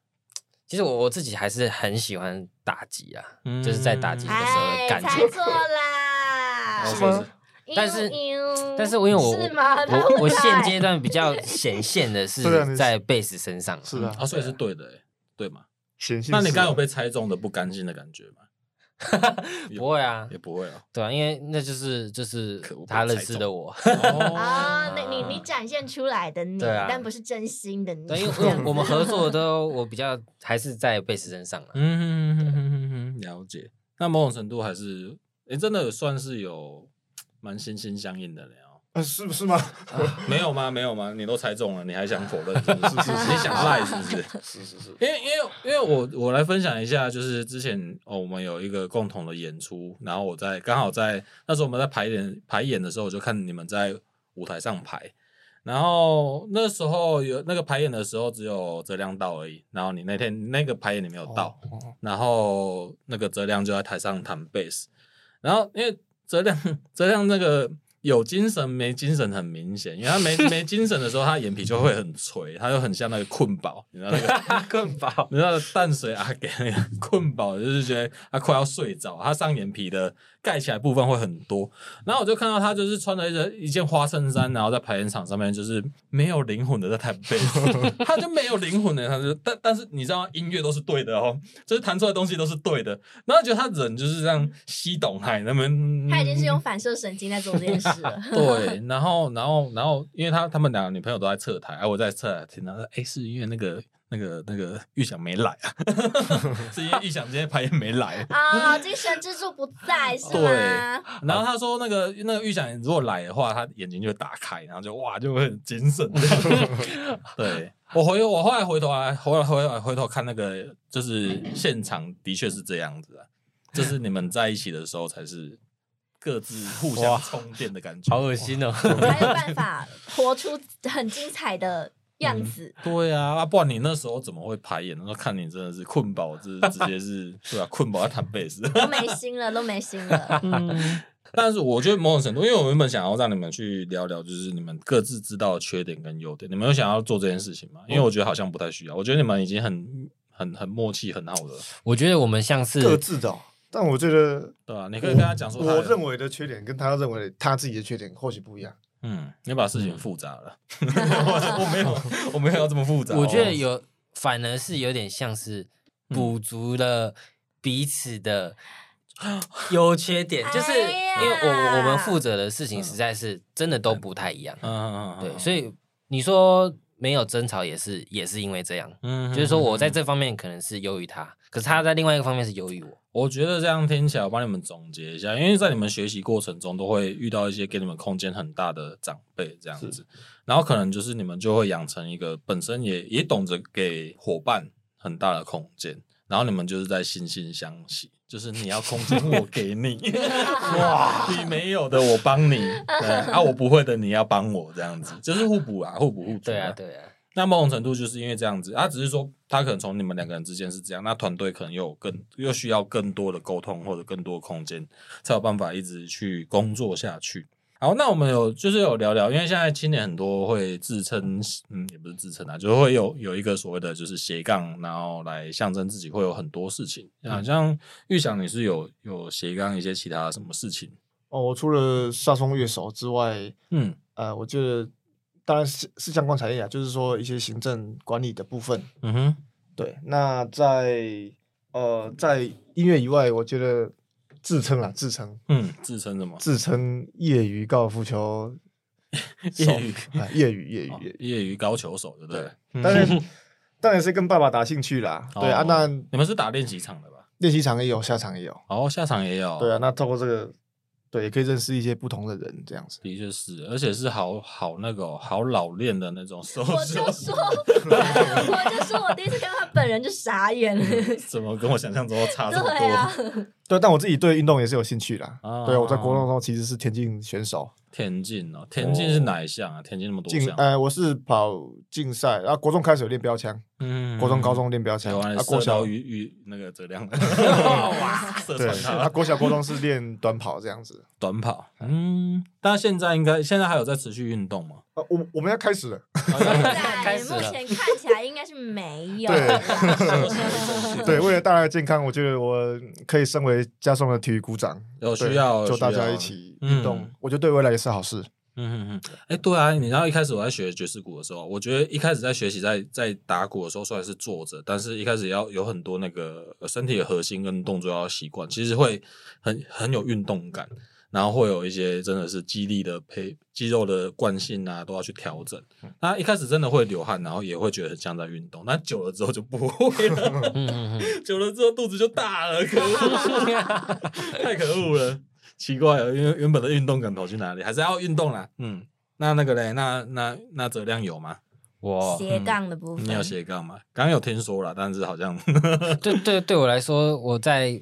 D: 其实我我自己还是很喜欢打击啊，
A: 嗯
D: 就是在打击的时候
B: 哎
D: 的，感
B: 猜
D: 觉。
B: 错啦，
A: 哦
C: 是吗
A: 不
D: 但是
B: 呦
D: 但是我因为我
B: 是吗？那
D: 我我
B: 太
D: 现阶段比较显现的
C: 对啊
D: 是
C: 你
D: 在贝斯身上，
C: 是啊
A: 啊，所以是对的欸，对嘛？
C: 显性。
A: 那你刚
D: 哦
A: 有被猜中的不甘心的感觉吗？
D: 不会啊
A: 也，不会啊。
D: 对啊，因为那就是就是
A: 可恶
D: 他
A: 被
D: 认
A: 猜
D: 识
A: 中
D: 的 我，
A: 哦，
B: 啊，那你你展现出来的你，
D: 对啊
B: 但不是真心的你，
D: 对，因为
B: 这
D: 因
B: 样
D: 为
B: 子
D: 我们合作都我比较还是在贝斯身上啊，
A: 嗯哼哼哼哼哼，了解。那某种程度还是，诶，真的算是有蛮心心相印的了哦。
C: 呃是不是吗？
A: 没有吗？没有吗？你都猜中了，你还想否认？是不
C: 是
A: 是
C: 是是
A: 你想赖是不是？
C: 是是是，
A: 因为因为因为我我来分享一下，就是之前哦，我们有一个共同的演出，然后我在刚好在那时候我们在排演排演的时候，我就看你们在舞台上排，然后那时候有那个排演的时候只有泽亮到而已，然后你那天那个排演你没有到，
C: 哦哦
A: 然后那个泽亮就在台上弹贝斯，然后因为泽亮泽亮那个有精神没精神很明显，因为他没没精神的时候，他眼皮就会很垂，他就很像那个困宝，你知道那个
D: 更薄。
A: 你知道淡水阿给那个困饱，就是觉得他快要睡着，他上眼皮的盖起来部分会很多。然后我就看到他就是穿着一件一件花衬衫，然后在排练场上面就是没有灵魂的在弹贝斯， 他就没有灵魂的，他就但但是你知道音乐都是对的哦，就是弹出来的东西都是对的。然后觉得他人就是这样西懂海那么，嗯。
B: 他已经是用反射神经在做这件事了
A: 对，然后，然后，然后，因为他他们两个女朋友都在侧台，而、啊我在侧台听到，哎，是因为那个那个那个玉想没来啊， 是因为玉想今天排演没来。
B: 啊、精神支柱不在是
A: 对
B: 吗？
A: 然后他说那个那个玉想如果来的话，他眼睛就会打开，然后就哇就会很精神。 对我回我后来回头来回来回来回头看那个，就是现场的确是这样子啊，就是你们在一起的时候才是各自互相充电的感觉，
D: 好恶心哦！
B: 才有办法活出很精彩的样子。
A: 对啊，啊，不然你那时候怎么会排演？那时候看你真的是困饱，这直接 是对啊，困饱在弹贝斯。
B: 都没心了，都没心了。
A: 但是我觉得某种程度，因为我原本想要让你们去聊聊，就是你们各自知道的缺点跟优点，你们有想要做这件事情吗？因为我觉得好像不太需要，我觉得你们已经很很很默契，很好了，
D: 我觉得我们像是
C: 各自的哦。但我觉得，
A: 对吧、你可以跟他讲说他
C: 我
A: 的，
C: 认为的缺点跟他认为他自己的缺点或许不一样。
A: 嗯，你把事情复杂了，
C: 嗯
A: 我我没有我没有要这么复杂，哦
D: 我觉得有，反而是有点像是
A: 嗯
D: 补足了彼 此的优缺点，就是
B: 哎呀
D: 因为我我我们负责的事情实在是真的都不太一样，
A: 嗯，嗯嗯嗯，
D: 对，所以你说没有争吵也是也是因为这样，
A: 嗯
D: 就是说我在
A: 这。嗯嗯
D: 这方面可能是优于他，可是他在另外一个方面是优于我，
A: 我觉得这样听起来，我帮你们总结一下，因为在你们学习过程中，都会遇到一些给你们空间很大的长辈这样子，然后可能就是你们就会养成一个本身也也懂得给伙伴很大的空间，然后你们就是在惺惺相惜，就是你要空间我给你，哇，你没有的我帮你，对啊，我不会的你要帮我这样子，就是互补啊，互补互助、
D: 对啊，对啊，
A: 那某种程度就是因为这样子，他、啊只是说他可能从你们两个人之间是这样，那团队可能又有更又需要更多的沟通或者更多空间，才有办法一直去工作下去。好，那我们有就是有聊聊，因为现在青年很多会自称，嗯，也不是自称啊，就是会有有一个所谓的就是斜杠，然后来象征自己会有很多事情。好像预想你是有有斜杠一些其他什么事情，
C: 哦，我除了萨松乐手之外，
A: 嗯
C: 呃，我觉得当然是是相关产业啊，就是说一些行政管理的部分。
A: 嗯哼，
C: 对，那在呃在音乐以外，我觉得自称啦，自称
A: 嗯，自称什么？
C: 自称业余高尔 夫球手
A: 业余，
C: 哎业余业余
A: 哦
C: 业余，
A: 业余高球手，对不对嗯了？
C: 对当然 当然是跟爸爸打兴趣啦。对啊，
A: 哦
C: 那
A: 你们是打练习场的吧？
C: 练习场也有，下场也有。
A: 哦，下场也有。
C: 对啊，，那透过这个，对，也可以认识一些不同的人，这样子。
A: 的确是，而且是好好那个哦好老练的那种手
B: 我
A: 球
B: 就，说，我就说我第一次看到他本人就傻眼了。
A: 怎么跟我想象中差这么
B: 对啊
A: 多？，
C: 对，但我自己对运动也是有兴趣啦。
A: 啊
C: 对，我在国中的时候其实是田径选手，
A: 田径哦，田径是哪一项啊？田径那么多
C: 竞
A: 项，
C: 呃，我是跑竞赛，然后国中开始有练标枪，
A: 嗯
C: 国中、高中练标
A: 台
C: 枪，
A: 湾
C: 啊，
A: 的
C: 国
A: 射
C: 小
A: 到鱼鱼那个质量，哇， 射
C: 对，
A: 穿
C: 啊，
A: 它
C: 国小、国中是练短跑这样子。
A: 短跑，嗯，但现在应该现在还有在持续运动 吗？
C: 啊，我我们要开始了，
B: 在
D: 开始
B: 目
D: 了
B: 前看起来应该是没有
C: 对
B: 啦。
C: 对，为了大家的健康，我觉得我可以身为家中的体育股长，
A: 有
C: 对
A: 需要
C: 就大
A: 有需
C: 家
A: 要
C: 一起运动
A: 嗯，
C: 我觉得对未来也是好事。
A: 嗯嗯嗯，哎、对啊，你知道一开始我在学爵士鼓的时候，我觉得一开始在学习在在打鼓的时候，虽然是坐着，但是一开始要有很多那个呃身体的核心跟动作要习惯，其实会很很有运动感，然后会有一些真的是肌力的配肌肉的惯性啊，都要去调整。那一开始真的会流汗，然后也会觉得很像在运动，那久了之后就不会 了，
D: 嗯嗯嗯，
A: 久了之后肚子就大了，可恶，太可恶了，奇怪了，因为原本的运动感跑去哪里？还是要运动啦，嗯。那那个嘞，那那那质量有吗？
D: 我
B: 斜杠的部
D: 哦
B: 分，
D: 嗯
A: 你有斜杠吗？刚刚有听说了，但是好像
D: 对对对我来说，我在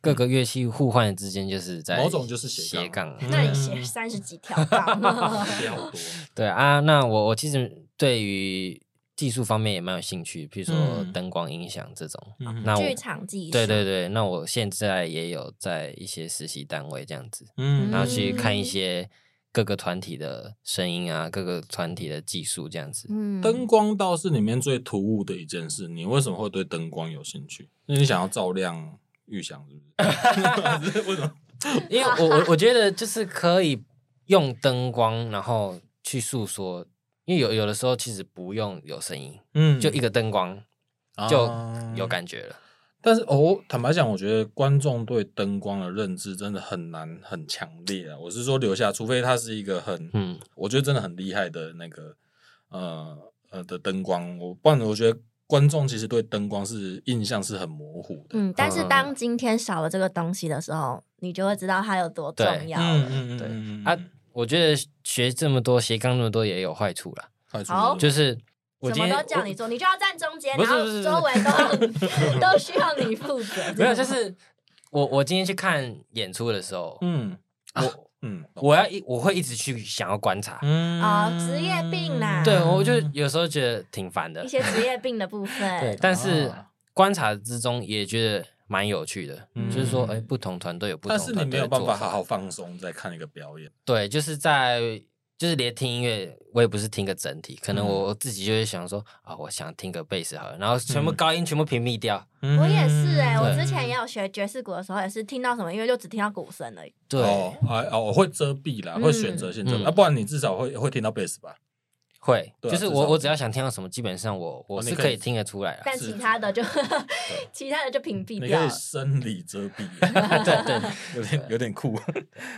D: 各个乐器互换之间，就是在
A: 某种就是斜
D: 斜
A: 杠
D: 杠。啊
B: 那你
D: 嗯
B: 写三十几条 杠 吗？
A: 哦比较多。
D: 对啊，那我我其实对于技术方面也蛮有兴趣，比如说
A: 嗯
D: 灯光、音响这种。
A: 嗯
D: 那我
B: 剧场技术，
D: 对对对，那我现在也有在一些实习单位这样子，
A: 嗯
D: 然后去看一
B: 嗯
D: 些各个团体的声音啊，各个团体的技术这样子。
B: 嗯
A: 灯光倒是里面最突兀的一件事。你为什么会对灯光有兴趣？因为你想要照亮预想，是 不是？为什么？
D: 因为我我我觉得就是可以用灯光，然后去诉说，因为有有的时候其实不用有声音，
A: 嗯
D: 就一个灯光就有感觉了。
A: 但是哦，坦白讲，我觉得观众对灯光的认知真的很难很强烈啊。我是说留下，除非他是一个很，
D: 嗯
A: 我觉得真的很厉害的那个呃呃的灯光，我不然我觉得观众其实对灯光是印象是很模糊的。
B: 嗯，但是
D: 嗯
B: 当今天少了这个东西的时候，你就会知道它有多重
D: 对
B: 要
A: 嗯嗯
B: 了。
A: 嗯
D: 对
A: 嗯嗯
D: 啊，我觉得学这么多斜杠那么多也有坏处啦，
A: 快速
B: 啊好
D: 就是我
B: 什
D: 今
B: 么
D: 天
B: 都叫
D: 我
B: 你做，你就要站中间，
D: 不
B: 然
D: 是
B: 后
D: 不是
B: 周围都 都需要你负责。
D: 没有，就是我我今天去看演出的时候，
A: 嗯
D: 我
A: 嗯
D: 我要一我会一直去想要观察，
A: 嗯
B: 啊职业病啊啦
D: 嗯对我就有时候觉得挺烦的
B: 嗯一，些职业病的部
D: 对
B: 分，，
D: 但是
A: 啊
D: 观察之中也觉得蛮有趣的，
A: 嗯
D: 就是说，哎，不同团队有不同
A: 但是你
D: 团
A: 没
D: 队
A: 有
D: 的
A: 办
D: 做
A: 法
D: 法，
A: 好好放松再看一个表演。
D: 对，就是在。就是连听音乐，我也不是听个整体，可
A: 嗯
D: 能我自己就会想说啊，我想听个贝斯好了，然后全部
A: 嗯
D: 高音全部屏蔽掉，
B: 我也是哎、
A: 嗯
B: 我
D: 对
B: 之前也有学爵士鼓的时候，也是听到什么音乐就只听到鼓声而已。
D: 对，
A: 哦，哎哦，我会遮蔽啦，
B: 嗯
A: 会选择性遮蔽，
D: 嗯
A: 啊，不然你至少会会听到贝斯吧？
D: 会，
A: 对啊
D: 就是
A: 至
D: 我
A: 少
D: 我只要想听到什么，基本上我我
A: 哦你
D: 是
A: 可
D: 可
A: 以
D: 以听得出
C: 啊
D: 来啊的。
B: 但其他 的就 其他的就屏蔽
A: 你
B: 掉
A: 可以
B: 了。
A: 生理遮蔽，
D: 对对，
A: 有点有点酷。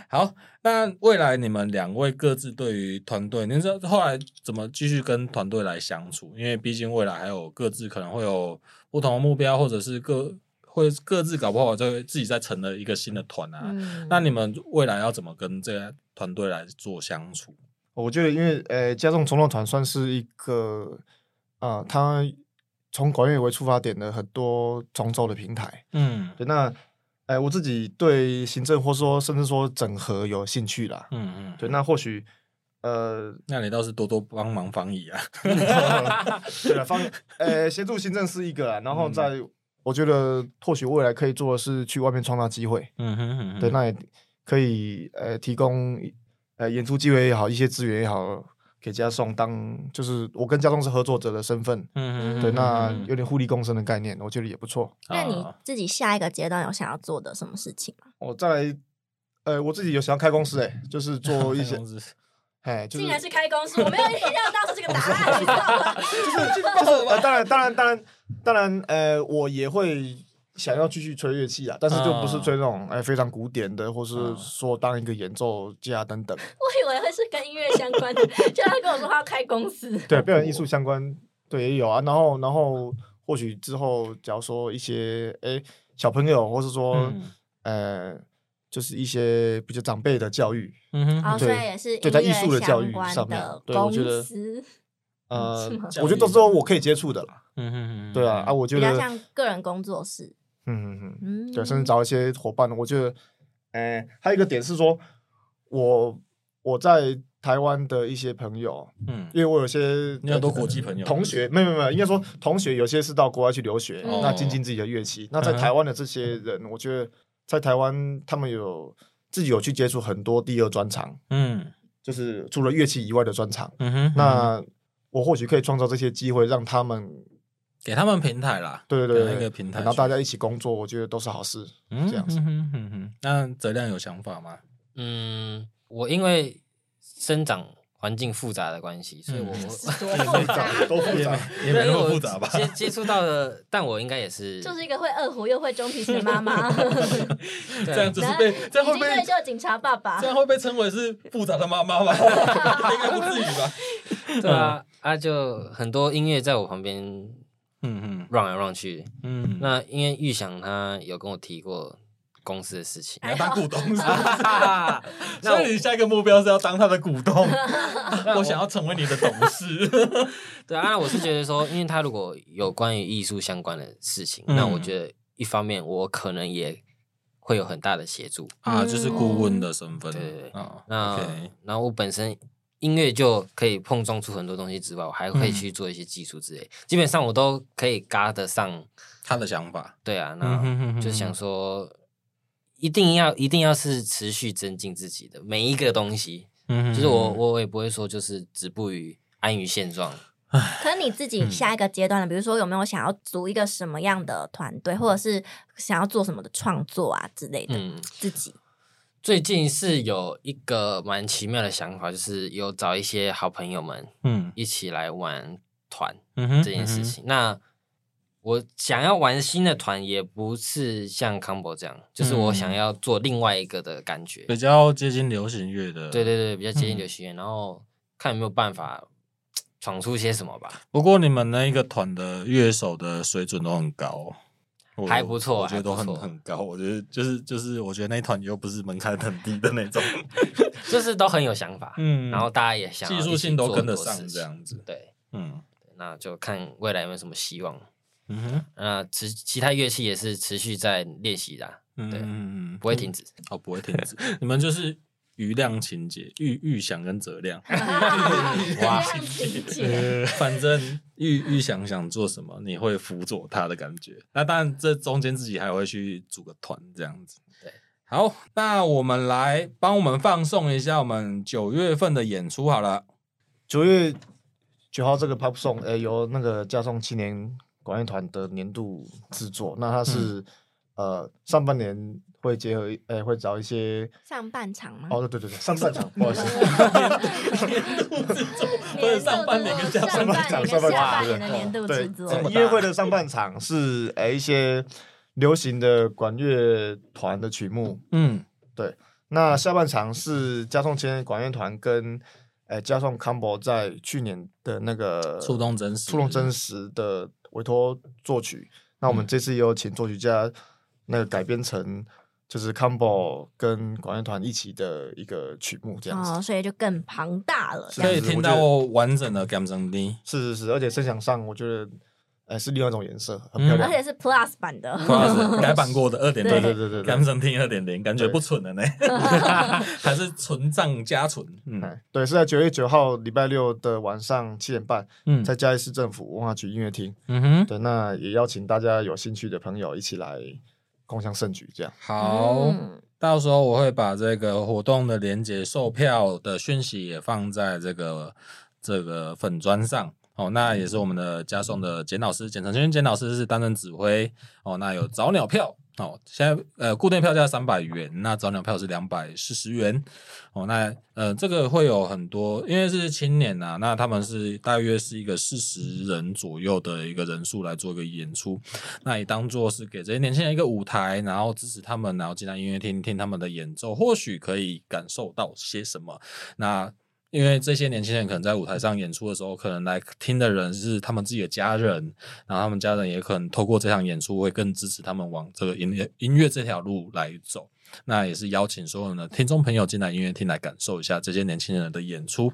A: 好，那未来你们两位各自对于团队，您说后来怎么继续跟团队来相处？因为毕竟未来还有各自可能会有不同的目标，或者是各会各自搞不好就自己再成了一个新的团啊。
B: 嗯
A: 那你们未来要怎么跟这个团队来做相处？
C: 我觉得，因为呃，加重冲浪团算是一个啊，它从管乐为出发点的很多重奏的平台。
A: 嗯
C: 对，那呃，我自己对行政或说甚至说整合有兴趣啦。
A: 嗯嗯，
C: 对，那或许呃，
A: 那你倒是多多帮忙防疫啊。
C: 对了，方呃，协助行政是一个啦，然后
A: 嗯
C: 在我觉得或许未来可以做的是去外面创造机会。
A: 嗯哼哼哼
C: 对，那也可以呃提供呃演出机会也好，一些资源也好，给家送当就是我跟家送是合作者的身份，
A: 嗯
C: 对，
B: 嗯
C: 那
A: 嗯嗯
C: 有点互利共生的概念，我觉得也不错。
B: 那你
C: 呃
A: 啊
B: 自己下一个阶段有想要做的什么事情吗？
C: 我再来，呃，我自己有想要开公司哎、就是 做一些
A: 办公，室
C: 哎，就是
B: 竟然是开公司，我没有意料到是这个答 案，你知道吗？
C: 就是就是呃，当然当然当然当然呃，我也会想要继续吹乐器啊，但是就不是
D: 嗯
C: 吹那种哎、非常古典的，或是
D: 嗯
C: 说当一个演奏家等等。
B: 我以为会是跟音乐相关的，就他跟我说他要开公司，
C: 对，表演艺术相关，对也有啊。然后，然后或许之后，假如说一些哎、小朋友，或是说、
D: 嗯
C: 呃，就是一些比较长辈的教育，
D: 嗯
B: 哦，
D: 哼，
B: 所以
C: 对
B: 也是
C: 对在
B: 音
C: 艺
B: 乐
C: 术的教
B: 相
C: 育
B: 关
C: 上面
B: 的
C: 对我
B: 公
C: 觉得
B: 司
C: 呃
B: 是吗，
C: 我觉得都是我可以接触的啦。
D: 嗯哼，
C: 对啊，啊，我觉
B: 比较
C: 得，
B: 像个人工作室，
C: 嗯嗯嗯。
B: 嗯，
C: 对，甚至找一些伙伴。我觉得，哎、还有一个点是说，我我在台湾的一些朋友，
D: 嗯
C: 因为我有些
A: 你有很多国际朋友
C: 同学，没有没有没有，应该说同学有些是到国外去留学，
B: 嗯
A: 哦
C: 那精进自己的乐器。那在
D: 嗯哼
C: 台湾的这些人，我觉得在台湾他们有自己有去接触很多第二专长，
D: 嗯
C: 就是除了乐器以外的专长。
D: 嗯哼，
C: 那我或许可以创造这些机会，让他们
A: 给他们平台啦。
C: 对对
A: 给
C: 对
A: 他
C: 对
A: 一个平台
C: 然后大家一起工作，我觉得都是好事。这样子
D: 嗯哼嗯哼
A: 那泽亮有想法吗？
D: 嗯，我因为生长环境复杂的关系，所以我
A: 嗯
B: 多 复杂，
C: 都复杂，
A: 也没那
D: 我
A: 么复杂吧？
D: 接接触到的，但我应该也是
B: 就是一个会二胡又会中提琴的妈妈，
D: 对
A: 这样子是被这样会
B: 已经
A: 被
B: 退休的警察爸爸
A: 这，样会被称为是复杂的妈妈吗？应该不至于吧？
D: 对啊啊，就很多音乐在我旁边
A: 嗯
D: run 来 run 去。
A: 嗯嗯，
D: 那因为玉祥他有跟我提过公司的事情
A: 你，要当股东是
D: 哈
A: 不
D: 哈
A: 是？
D: 哈那
A: 啊所
D: 我
A: 以你下一个目标是要当他的股东，
D: 那
A: 我想要成为你的董 事。
D: 对啊，我是觉得说，因为他如果有关于艺术相关的事情，
A: 嗯
D: 那我觉得一方面我可能也会有很大的协助。
A: 啊，就是顾问的身
C: 嗯
A: 份。
D: 对对对
A: 啊
D: 那
A: ，OK，
D: 然后我本身音乐就可以碰撞出很多东西之外，我还可
A: 嗯
D: 以去做一些技术之类，基本上我都可以嘎得上。
A: 他的想法。
D: 对啊，
A: 嗯哼哼
D: 那
A: 哼
D: 就想
A: 哼
D: 说，一定要一定要是持续增进自己的每一个东西，
A: 嗯
D: 就是我我也不会说就是止步于安于现状。
B: 可是你自己
A: 嗯
B: 下一个阶段的，比如说有没有想要组一个什么样的团队，或者是想要做什么的创作啊之类的，
D: 嗯，
B: 自 己
D: 最近是有一个蛮奇妙的想法，就是有找一些好朋友们
A: 嗯
D: 一起来玩团
A: 嗯
D: 这
A: 哼
D: 件事，情。那我想要玩新的团，也不是像 Combo 这样，就是我
A: 嗯
D: 想要做另外一个的感觉。
A: 比较接近流行乐的。
D: 对对对，比较接
A: 嗯
D: 近流行乐，然后看有没有办法闯出些什么吧。
A: 不过你们那一个团的乐手的水准都很高哦、我
D: 还不错
A: 我觉得都
D: 还
A: 很
D: 不错
A: 很高。我觉得就是就是，我觉得那一团又不是门槛很低的那种，
D: 就是都很有想法，
A: 嗯
D: 然后大家也想要
A: 技术
D: 一起
A: 性都
D: 做
A: 跟得
D: 很多
A: 上
D: 事
A: 这
D: 情
A: 样子。
D: 对，
A: 嗯
D: 那就看未来有没有什么希望。
A: 嗯哼
D: 那持其他乐器也是持续在练习的啊、
A: 嗯
D: 对
A: 嗯嗯，
D: 不会停止。
A: 哦，不会停止。 你们就是余量情节，玉玉想跟泽亮，
D: 哇
A: 哦
B: 这样情节，
A: 呃反正玉玉想想做什么，你会辅佐他的感觉。那当然，这中间自己还会去组个团这样子。
D: 对，
A: 好，那我们来帮我们放送一下我们九月份的演出好了。
C: 九月九号这个 Pop Song，呃，由那个加颂青年管乐团的年度制作，那它是、
B: 嗯
C: 呃上半年会结合，呃，会找一些
B: 上半场吗？
C: 哦，对对对对，上 半场，不好意思，
A: 不是上半年跟下半
B: 上
A: 年
B: 半年跟下半年的年度
C: 对
B: 制，作，
C: 呃音乐会的上半场是呃一些流行的管乐团的曲目，
A: 嗯
C: 那下半场是加颂青年管乐团跟呃加颂 Combo 在去年的那个
A: 触动真实
C: 触动真实的委托作曲。那
A: 嗯
C: 我们这次也有请作曲家那个改编成就是 combo 跟管乐团一起的一个曲目这样子。
B: 哦，所以就更庞大了。
C: 是
A: 可以听到完整的 Gam 声音。
C: 是是是，而且声响上我觉得，呃，是另外一种颜色，很
A: 嗯
C: 漂
B: 而
C: 亮。
B: 且是 Plus 版的，
A: 不好意思，改版过的二点零，
B: 对
C: 嗯对对对对
A: 感声听二点零，感觉不蠢了呢， 还是纯藏加纯，嗯
C: 哎对，是在九月九号礼拜六的晚上七点半，
A: 嗯
C: 在嘉义市政府文化局音乐厅。
A: 嗯哼，
C: 对，那也邀请大家有兴趣的朋友一起来共襄盛举，这样。
A: 好，
B: 嗯
A: 到时候我会把这个活动的连接、售票的讯息也放在这个这个粉砖上。哦，那也是我们的加送的简老师，简承轩简老师是担任指挥。哦，那有早鸟票哦，现在呃固定票价三百元，那早鸟票是两百四十元。哦，那呃这个会有很多，因为是青年呐、啊，那他们是大约是一个四十人左右的一个人数来做一个演出，那也当做是给这些年轻人一个舞台，然后支持他们，然后进到音乐厅听他们的演奏，或许可以感受到些什么。那因为这些年轻人可能在舞台上演出的时候，可能来听的人是他们自己的家人，然后他们家人也可能透过这场演出会更支持他们往这个音乐音乐这条路来走。那也是邀请所有的听众朋友进来音乐厅来感受一下这些年轻人的演出。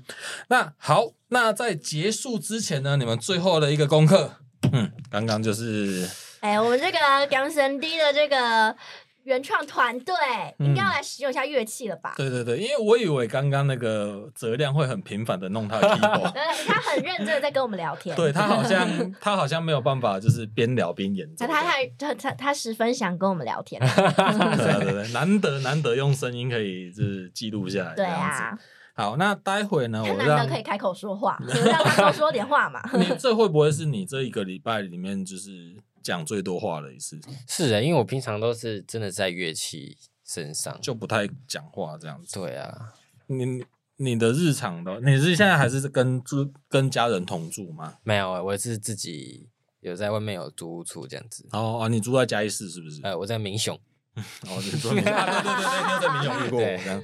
A: 那好，那在结束之前呢，你们最后的一个功课，嗯，刚刚就是
B: 哎，我们这个港神 D 的这个原创团队，
A: 嗯
B: 应该要来使用一下乐器了吧？
A: 对对对，因为我以为刚刚那个泽亮会很频繁的弄 他的 keyboard，
B: 呃，他很认真的在跟我们聊天，
A: 对他好像他好像没有办法，就是边聊边演奏
B: 他
A: 这
B: 他
A: 样。
B: 还他他他十分想跟我们聊天，
A: 对啊对 对，难得难得用声音可以就是记录下来。
B: 对
A: 这样
B: 啊
A: 子，，好，那待会呢，
B: 他
A: 我
B: 难
A: 让
B: 得可以开口 说话，让他多说点话嘛。
A: 你这会不会是你这一个礼拜里面就是讲最多话的一次，
D: 是的，因为我平常都是真的在乐器身上。
A: 就不太讲话这样子？
D: 对啊，
A: 你你你的日常的，你是现在还是跟住跟家人同住吗？
D: 没有，啊我是自己有在外面有租屋处这样子。
A: 然后啊，你住在嘉义市是不是？
D: 呃，我在民雄，
A: 哦，你说你 啊对对对，你有在民雄遇过我
D: 对
A: 这样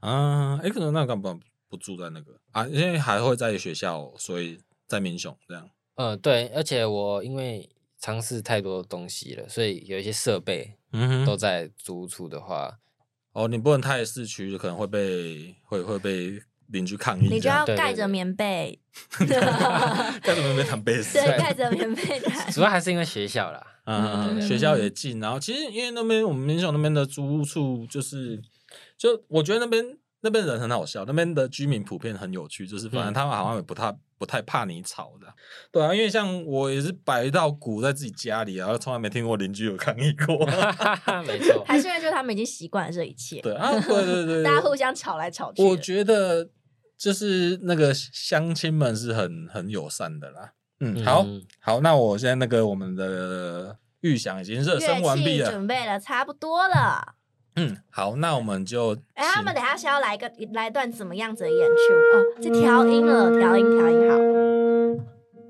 A: 啊？哎，可能那干嘛不住在那个啊？因为还会在学校，所以在民雄这样。
D: 呃，对，而且我因为尝试太多东西了，所以有一些设备
A: 嗯
D: 都
A: 哼，
D: 在租屋处的话，
A: 哦，你不能太市区，可能会被会会被邻居抗议这样。
B: 你就要
D: 对对对
B: 盖着棉被，
A: 干什么没谈贝斯？
B: 对，盖着棉被来。
D: 主要还是因为学校 啦。
A: 嗯，
B: 嗯
A: 学校也近，然后其实因为那边我们民雄那边的租屋处就是，就我觉得那边那边人很好笑，那边的居民普遍很有趣，就是反正
D: 嗯
A: 他们好像也不太不太怕你吵的，对啊，因为像我也是摆一道鼓在自己家里啊，然后从来没听过邻居有抗议 过，
D: 没错，
B: 还是因为就是他们已经习惯了这一切，
A: 对啊，对 对对，
B: 大家互相吵来吵去的。
A: 我觉得就是那个乡亲们是很很友善的啦。嗯，好
D: 嗯
A: 好，那我现在那个我们的预想已经热身
B: 乐
A: 完啊
B: 器
A: 毕了。
B: 准备的差不多了。
A: 嗯，好，那我们就
B: 哎，
A: 请
B: 他们等一下是要来一个来一段怎么样子的演出哦？这调音了，调音调音好。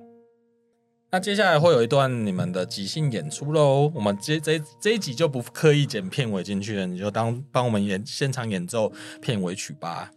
A: 那接下来会有一段你们的即兴演出喽。我们这这这一集就不刻意剪片尾进去了，你就当帮我们演现场演奏片尾曲吧。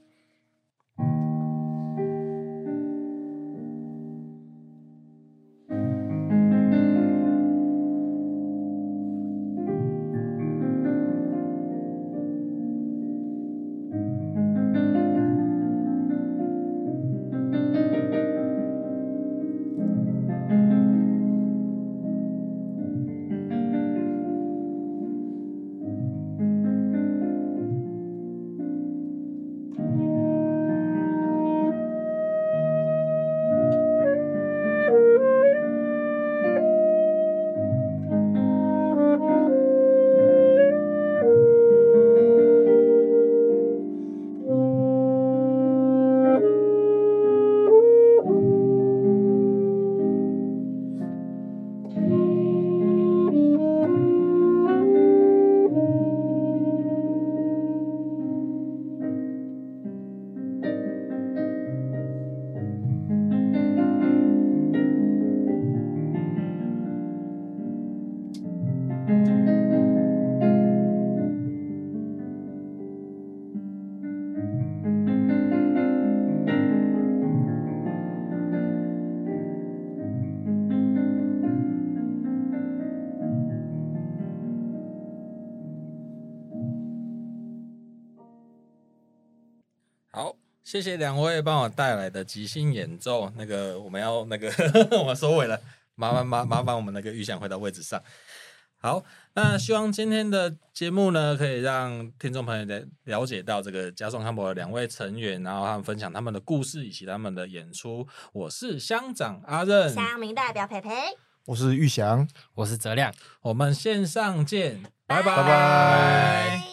A: 好，谢谢两位帮我带来的即兴演奏。那个我们要那个 我们收尾了，麻烦麻麻烦我们那个预想回到位置上。好，那希望今天的节目呢，可以让听众朋友了了解到这个加颂康博的两位成员，然后他们分享他们的故事以及他们的演出。我是乡长阿任，
B: 乡民代表培培，
C: 我是玉祥。
D: 我是泽亮。
A: 我们线上见，拜拜。
C: 拜
B: 拜。